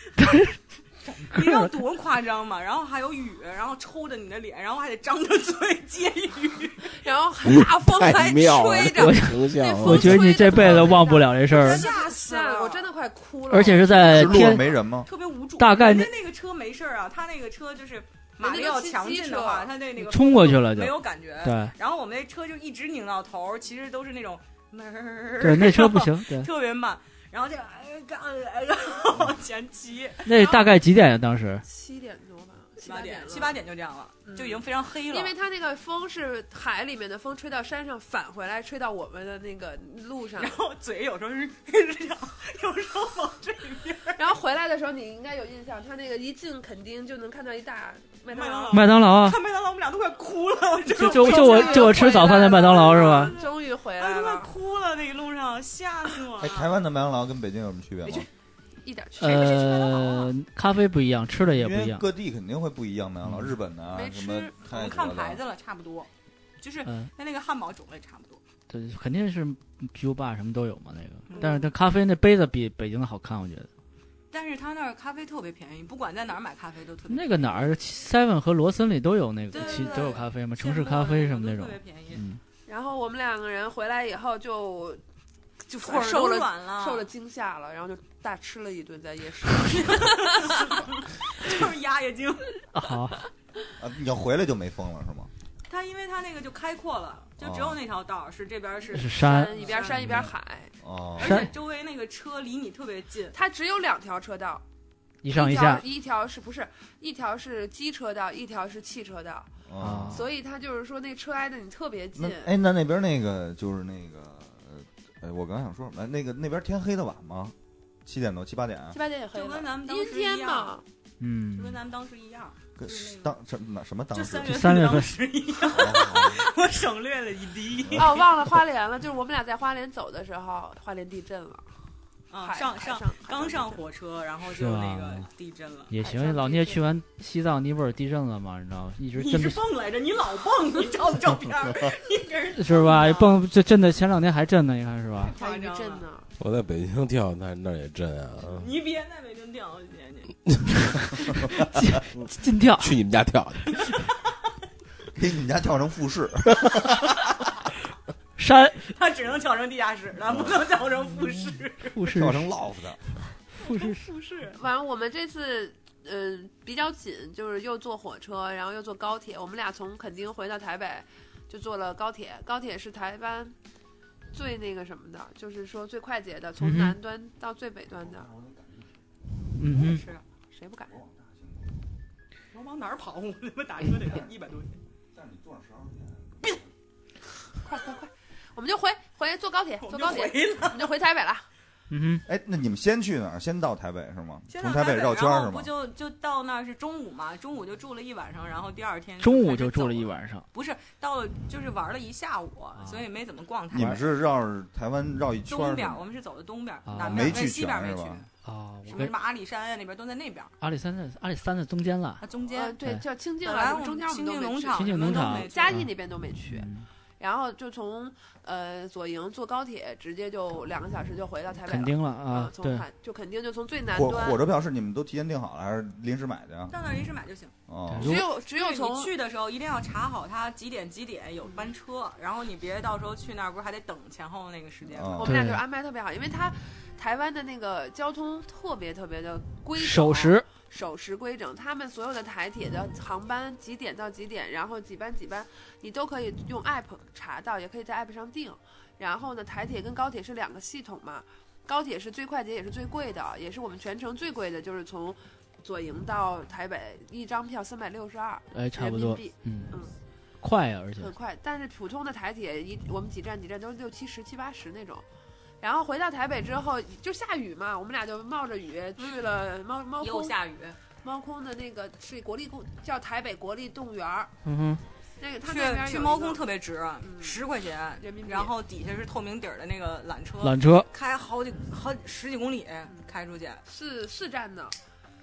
你知道多夸张吗？然后还有雨，然后抽着你的脸，然后还得张着嘴接雨，然后大风嗯还太妙了，吹这个着，形象啊那，风我觉得你这辈子忘不了这事儿，吓死吓得了！我真的快哭了。而且是在是路上天没人吗？特别无助。大概人家那个车没事儿啊，他那个车就是马力要强劲的话，他那那个冲过去了就没有感觉。对然后我们那车就一直拧到头儿，其实都是那种门儿对，那车不，行，对， 特别慢。然后就哎干哎，然后往前骑，那大概几点啊？当时七点多吧，七七八点了七八点就这样了，嗯就已经非常黑了。因为它那个风是海里面的风吹到山上返回来，吹到我们的那个路上 然，后嘴有时候是是这样，有时候往这啊里边儿。然后回来的时候，你应该有印象，他那个一进垦丁就能看到一 大麦当劳。麦当劳啊，看麦当劳，我们俩都快哭了，我真就的就就我就我吃早饭在麦当劳是吧？嗯终于回我来都快了，哭了，那一路上吓死啊我哎，了。台湾的麦当劳跟北京有什么区别吗？一点区别没有。呃，咖啡不一样，吃的也因不为一样。各地肯定会不一样，麦当劳、嗯日本的啊没吃什么我泰们国看牌的，子了，差不多，就是嗯，那那个汉堡种类差不多。对，肯定是啤酒吧什么都有嘛那嗯个，但是它咖啡那杯子比北京的好看，我觉得。但是他那儿咖啡特别便宜，不管在哪儿买咖啡都特别便宜。那个哪儿 Seven 和罗森里都有那个对，对其对都有咖啡嘛，城现市在咖都啡什么那都种特。别便宜，嗯，然后我们两个人回来以后就就腿儿受都软了，受了惊吓了，然后就大吃了一顿在 夜市。就是压压惊。好，啊，你要回来就没风了是吗？他因为他那个就开阔了，就哦只有那条道儿是这边儿是是山，一边山一边海，哦而，山且周围那个车离你特别近，它只有两条车道，一一上一条下，一条是不是一条是机车道，一条是汽车道，哦啊所以它就是说那车挨得你特别那近。哎，那那边那个就是那个，呃，哎我刚想说什么？那个那边天黑的晚吗？七点多七八点？七八点也黑就跟了，咱们当阴时天一嘛 样，，就跟嗯，咱们当时一样，跟就是那个当什么什么当就时三？月三月份当时一样，哦 我省略了一滴。哦，忘了花莲了，就是我们俩在花莲走的时候，花莲地震了，啊，海上海上上刚上火车，然后是就那吧个地震了。也海行。上老地聂震去完西藏，你不是地震了吗？你知道吗，一直你震是蹦来着，你老蹦，你照照片 儿，你跟人不是吧？啊一蹦就震的，前两天还震呢，你看是吧？还有地震呢。我在北京跳，那那儿也震啊，你别在北京掉，我姐你。尽跳，去你们家跳去， 给你们家跳成复 式，山他只能跳成地下室了，不能跳成嗯复式。富士跳成 loft 的。富 士复式反正我们这次。嗯，比较紧，就是又坐火车，然后又坐高铁。我们俩从垦丁回到台北，就坐了高铁。高铁是台湾最那个什么的，就是说最快捷的，嗯从哼南端到最北端的，嗯哼，是。谁不敢？我往哪儿跑？我他妈打车得嗯一百多钱。我们就回回坐高铁，我们坐就高铁，回了，我们就回台北了。嗯哎，那你们先去哪儿？先到台北是吗？先从到台北绕圈儿然是后吗不？就就到那儿是中午嘛？中午就住了一晚上，然后第二天哼，中午开始就住了走一，晚上，不是到了就是玩了一下午，啊所以没怎么逛台你湾。们是绕着台湾绕一圈儿东是边，吗我？们是走的东边，啊南没边去跟西边全没是去，吧？啊，什我么跟什么阿里山啊那边都在那边，阿里山的阿里山的中间了，它中呃，间。对，对叫清静本啊，来什我么中们间我清们都静没农去场，清静什么农都场没去嘉义那边都没去，嗯然后就从呃左营坐高铁，直接就两个小时就回到台北了。肯定了啊啊，，从对，海就肯定就从最南火端火，车票是你们都提前订好了，还是临时买的呀？到那儿临时买就行。哦，只有只只有有从你去的时候一定要查好它几点几点有班车，然后你别到时候去那儿不是还得等前后那个时间吗？我哦们俩对就是安排特别好，因为他台湾的那个交通特别特别的规整，守时，守时规整，他们所有的台铁的航班几点到几点，然后几班几班，你都可以用 app 查到，也可以在 app 上订。然后呢，台铁跟高铁是两个系统嘛，高铁是最快捷也是最贵的，也是我们全程最贵的，就是从左营到台北一张票三百六十二哎，差人不民多，币，嗯嗯，快啊呀，而且很快。但是普通的台铁一我们几站几站都是六七十、七八十那种。然后回到台北之后就下雨嘛，我们俩就冒着雨去了猫猫嗯又空下雨，猫空的那个是国立公叫台北国立动物园儿，嗯哼，那个他那边去有去一猫个嗯空特别值，十块钱人民币然后底下是透明底儿的那个缆车，缆车开好几好十几公里开出去，是是站的，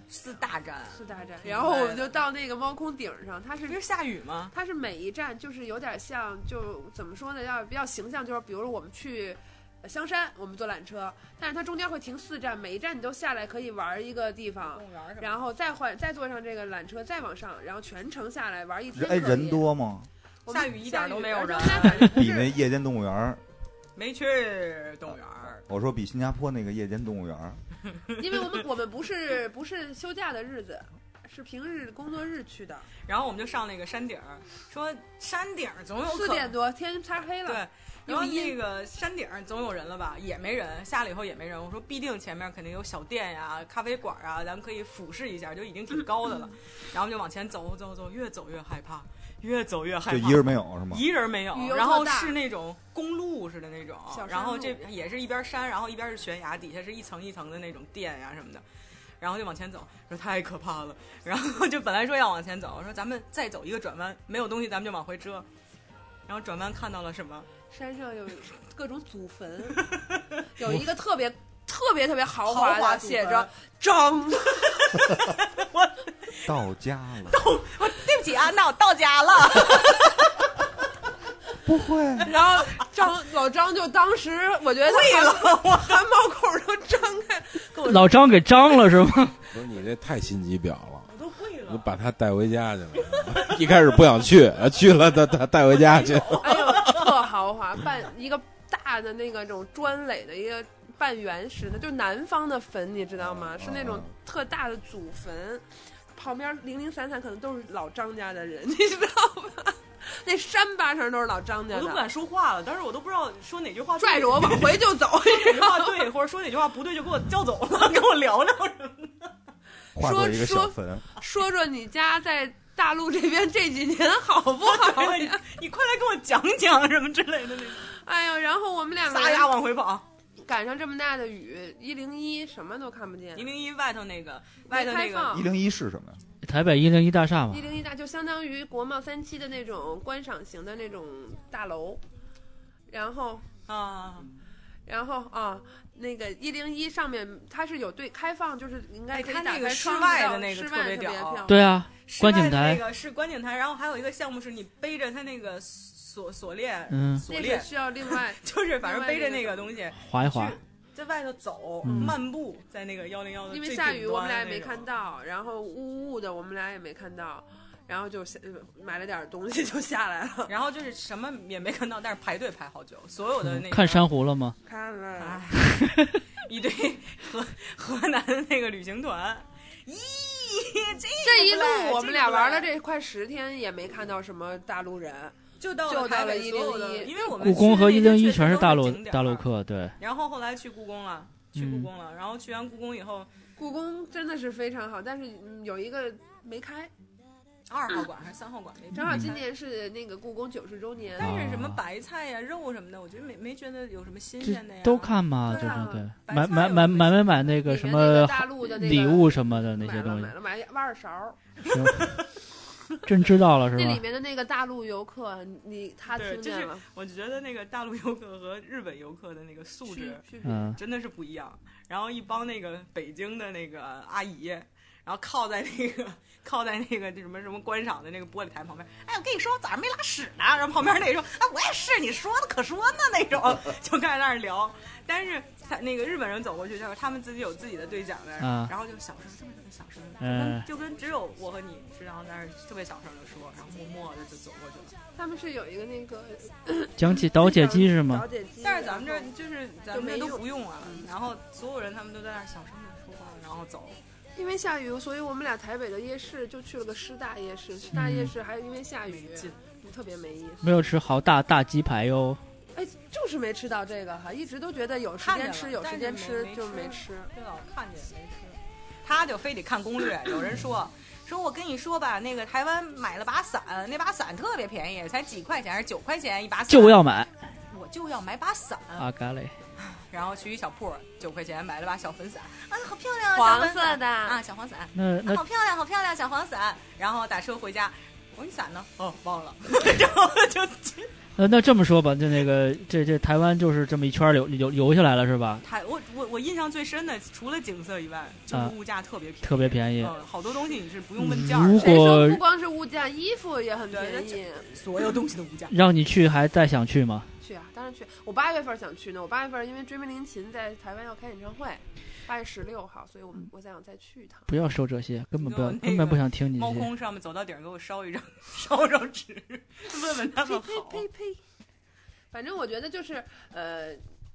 四大站。是大站。挺然后快我们的就到那个猫空顶上，它不是是下雨吗？它是每一站就是有点像，就怎么说呢，要比较形象，就是比如说我们去。呃香山，我们坐缆车，但是它中间会停四站，每一站你都下来可以玩一个地方，嗯动物园儿什么的然后再换再坐上这个缆车，再往上，然后全程下来玩一天。哎，人，多吗？我们下雨一点都没有人下雨而且我们俩感觉比就是那夜间动物园儿，没去动物园儿，我说比新加坡那个夜间动物园儿，因为我们我们不是不是休假的日子，是平日工作日去的，然后我们就上那个山顶儿，说山顶儿总有四可点多天擦黑了，对，然后又阴那个山顶儿总有人了吧，也没人，下来以后也没人。我说必定前面肯定有小店呀、咖啡馆啊，咱们可以俯视一下，就已经挺高 的了。然后我们就往前走走走，越走越害怕，越走越害就怕，一人没有是吗？一人没有旅游，特然后大是那种公路似的那种小山，然后这路也是一边山，然后一边是悬崖，底下是一层一层的那种店呀、什么的，然后就往前走，说太可怕了，然后就本来说要往前走，说咱们再走一个转弯，没有东西咱们就往回折，然后转弯看到了什么？山上有各种 祖坟，有一个特别特别特别豪豪华华的，祖坟写 着张，到家了，对不起啊，那我到家了。不 会。然后张老张就当时我觉得对了，我汗毛孔都张开，老张给张了是吗？ 不是你这太心机婊了，我都跪你，把他带回家去了。 一开始不想去，呃去了他他带回家去。哎呦，特豪华，半一个大的那个种砖垒的一个半圆石的，就是南方的坟，你知道吗？是那种特大的祖坟，旁边零零散散可能都是老张家的人，你知道吗？ 那山八成都是老张家我都不的，敢说话了，当时我都不知道说哪句话对拽着我往回就走， 哪句话对，或者说哪句话不对，就给我叫走了，跟我聊聊什么。化作一个小坟，说啊说你家在大陆这边这几年好不好 你呀？哎你快来跟我讲讲什么之类的那种。哎呦，然后我们两个撒人丫往回跑。赶上这么大的雨，一零一什么都看不见零，零一外头那个，外头那开个放一。零一是什么呀？台北一零一大厦嘛啊一，零一大就相当于国贸三期的那种观赏型的那种大楼，然后啊，然后啊，那个一零一上面它是有对开放，就是应该哎可以它打那个开室窗外户的到那个室特外特别别屌漂亮，对啊，室观景外的台那个是观景台，然后还有一个项目是你背着它那个锁锁链，嗯锁那链，是需要另外 就是反正背着那另外个那个东西滑一滑去，在外头走、嗯漫步，在那个幺零幺的因为最下顶雨我端们俩也那没种看到，然后雾雾的我们俩也没看到，然后就下呃买了点东西就下来了，然后就是什么也没看到，但是排队排好久，所有的那个、嗯看珊瑚了吗？看了哎，一堆 河河南的那个旅行团，咦，这这一个不赖路我这们个俩不玩赖了这快十天也没看到什么大陆人，就到就到台了北所有的101因为我们故宫和一去那零些确一实全都是是大陆景点儿大陆，客，嗯对，然后后来去故宫了，去故宫了，然后去完故宫以后，故宫真的是非常好，但是嗯有一个没开，阿二号馆还是三号馆没正好今嗯年是那个故宫九十周年，啊但是什么白菜呀、肉什么的，我觉得没没觉得有什么新这鲜的呀。都看嘛，对对啊对对，白买菜买有买没买买买那里面个什那么个大陆的那个礼物什么的那买些了东西买，了买了挖耳勺，行真知道了是那里吧？面的那个大陆游客，你他对听就见是了？我觉得那个大陆游客和日本游客的那个素质区别 嗯，真的是不一样。然后一帮那个北京的那个阿姨，然后靠在那个靠在那个什么什么观赏的那个玻璃台旁边，哎，我跟你说，我早上没拉屎呢。然后旁边那个说，哎，我也是，你说的可说呢那种，就开始在那儿聊。但是他那个日本人走过去，他说他们自己有自己的对讲的，啊然后就小声，特别特别小声，嗯就跟只有我和你是，然后在那儿特别小声的说，然后默默的就走过去了。他们是有一个那个讲解导解机是了吗？解机，但是咱们这儿然后就是咱们没这都用不用啊，然后所有人他们都在那儿小声的说话，然后走。因为下雨，所以我们俩台北的夜市就去了个师大夜嗯市，师大夜市还因为下雨没劲，特别没意思。没有吃好大大鸡排哟，哎，就是没吃到这个哈，一直都觉得有时间吃，有时间吃就没吃。对老看见没吃，他就非得看攻略。有人 说说，我跟你说吧，那个台湾买了把伞，那把伞特别便宜，才几块钱还是九块钱一把伞，就要买我就要买把伞。啊，嘎嘞，然后去一小铺儿，九块钱买了把小粉伞，啊，好漂亮啊，黄小粉伞色的啊，小黄伞。那那好漂亮，好漂亮，小黄伞。然后打车回家，我说你伞呢？哦，忘 了。然后就那那这么说吧，就那个这这台湾就是这么一圈儿流流游下来了是吧？台我我我印象最深的，除了景色以外，就是物价特别便宜，啊特别便宜，嗯嗯，好多东西你是不用问价儿如的，谁说我不光是物价，衣服也很便宜对。所有东西的物价。让你去还再想去吗？去啊，当然去。我八月份想去呢，我八月份因为追梦林琴在台湾要开演唱会，八月十六号，所以我们我想再去一趟。不要说这些，根本不要，你给我那个根本不想听你猫这些。空上面走到顶儿，给我烧一张 烧张纸，问问 他们 好。呸！反正我觉得就是呃，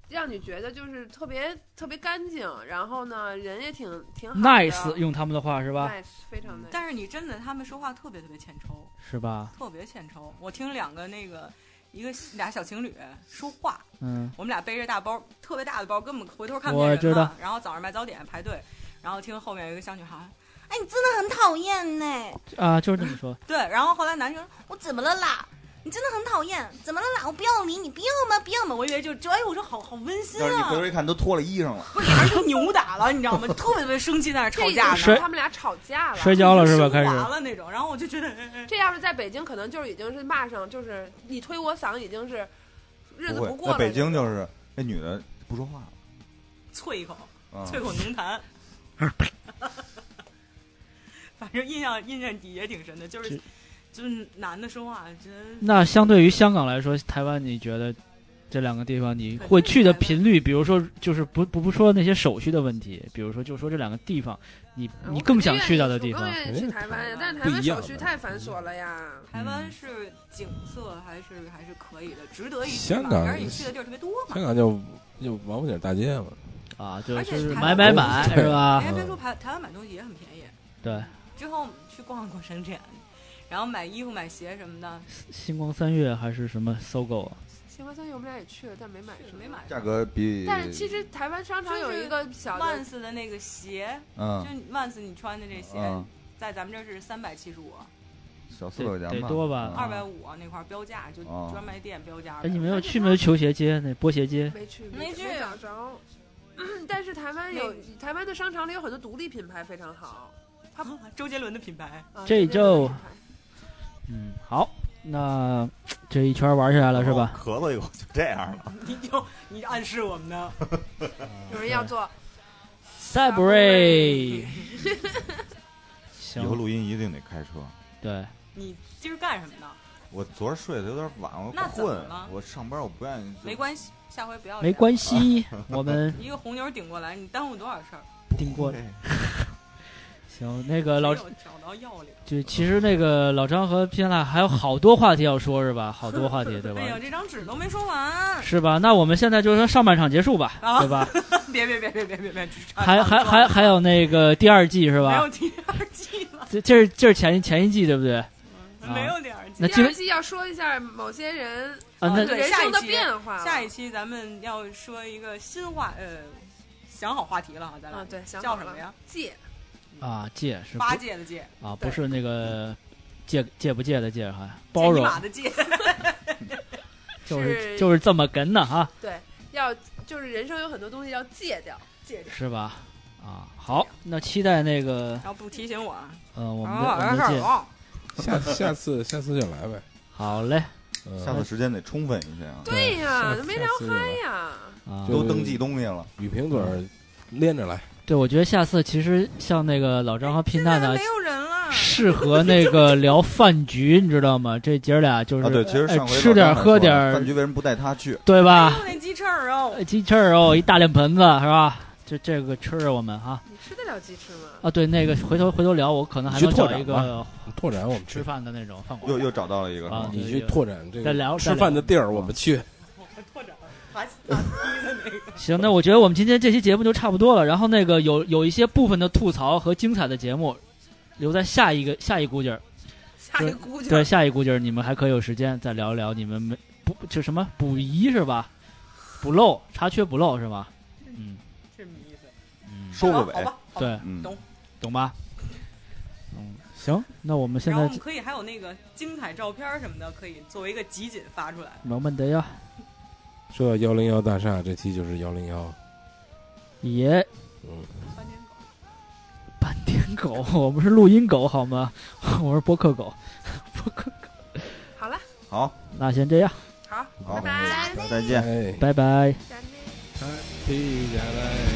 让你觉得就是特别特别干净，然后呢人也挺挺好的 nice，用他们的话是吧？ nice 非常 nice。嗯但是你真的，他们说话特别特别欠抽，是吧？特别欠抽。我听两个那个一个俩小情侣说话，嗯，我们俩背着大包，特别大的包，根本回头看不我见人嘛知道然后早上买早点排队，然后听后面有一个小女孩，哎，你真的很讨厌呢。啊，就是这么说。对，然后后来男生，我怎么了啦？你真的很讨厌，怎么了啦？我不要你，你不要吗？不要吗？我以为就就哎，我说好好温馨要是你回头 啊，一看，都脱了衣裳了。不俩人就扭打了，你知道吗？特别特别生气，在那哎儿吵架这已经 呢。是他们俩吵架了，摔跤了是吧？开始完了那种，然后我就觉得，哎哎这要是在北京，可能就是已经是骂上，就是你推我搿已经是日子不过会，了。在北京就是那女的不说话了啐一口，啊，啐口浓痰。 反正印象印象底也挺深的，就是这嗯就是男的说话，觉得那相对于香港来说，台湾你觉得这两个地方你会去的频率，比如说就是不不不说那些手续的问题，比如说就说这两个地方，你我你肯更定想愿去意到的地我方更，愿意去台湾呀，但是台不湾一样手续的太繁琐了呀。台湾是景色还是还是可以的，值得一去香嘛。港而且去的地儿特别多嘛香。港就就王府井大街嘛，啊，就而且是台买湾买买 对是吧哎，？还嗯别说台台湾买东西也很便宜。对，之后去逛一逛商店，然后买衣服、买鞋什么的，星光三月还是什么搜狗啊？星光三月我们俩也去了，但没买什么没。买。价格比但是其实台湾商场有一个小的， Vans 的那个鞋，嗯就 Vans 你穿的这鞋，嗯，在咱们这儿是三百七十五、小四百块得钱吧，多吧二嗯百五那块儿标价，就哦专卖店标价250。哎，你们有去没有球鞋街那波鞋街？没去，没去没找着。但是台湾有台湾的商场里有很多独立品牌非常好。他不周杰伦的品牌，啊这这周个嗯，好，那这一圈玩下来了是吧？咳嗽一口就这样了，你就你暗示我们呢？有人要做，赛博瑞，以后行，录音一定得开车。对，你今儿干什么呢？我昨儿睡得有点晚，我那怎么困了，我上班我不愿意，没关系，下回不要。没关，系，我们一个红牛顶过来，你耽误多少事儿？顶过对。行。那个只呃老有找到要领。就其实那个老张和皮娜还有好多话题要说，是吧？好多话题，对 吧哎？呀，这张纸都没说完。 是吧？那我们现在就说上半场结束吧，啊对 吧？别别别别别别别！只差还还还还有那个第二季是没吧有？第二季了，这这是这是前一前一季对不啊对？没有第二季。那第基二本季要说一下某些人啊，哦那对人生下的一期变化了。下一期咱们要说一个新话，呃，想好话题了哈，咱俩、啊，对，想叫好什了么呀？借啊，戒是八不戒的戒，啊，不是那个借借不借的借还包尼，容玛的借，就是是就是这么跟的哈，对，要就是人生有很多东西要戒掉，戒掉。是吧？啊，好，那期待那个然后不提醒我啊，呃，我们的、啊，我们的见，啊，下下次下次就来呗。好嘞呃嗯下次时间得充分一些啊，对呀，没聊下次就来开哎呀，啊，就都登记东西了，雨萍嘴儿连着来，对，我觉得下次其实像那个老张和皮娜娜没有人了。适合那个聊饭局，你知 道吗？这姐儿俩就是、啊，对，其实哎上回吃点儿老张还喝说点了儿啊饭局为什么不带他去？对吧？就那鸡翅儿哦，哎鸡翅儿哦，一大脸盆子是吧？这这个吃着我们哈你吃得了鸡翅吗？啊，对，那个回头回头聊，我可能还你去能拓找一展个呃拓展我们吃去，饭的那种饭馆又又找到了一个，啊你去拓展这再聊个吃饭的地再儿，聊我们去。哎滑梯滑梯的那个。行，那我觉得我们今天这期节目就差不多了。然后那个有有一些部分的吐槽和精彩的节目，留在下一个下一估计儿，下一估计对下一估计儿，你们还可以有时间再聊一聊你们没不就什么补遗是吧？补漏查缺补漏是吧？嗯这什么意思？嗯，收个尾好，吧，好吧。对，嗯，懂懂吧？嗯，行，那我们现然后在我们可以还有那个精彩照片儿什么的，可以作为一个集锦发出来。我们得要说到幺零幺大厦，这期就是幺零幺，也嗯，翻天狗 半天狗， 我们是录音狗好吗？ 我是播客狗， 播客狗。好了，好，那先这样，好，好拜拜。再见。哎，拜拜。踢下来。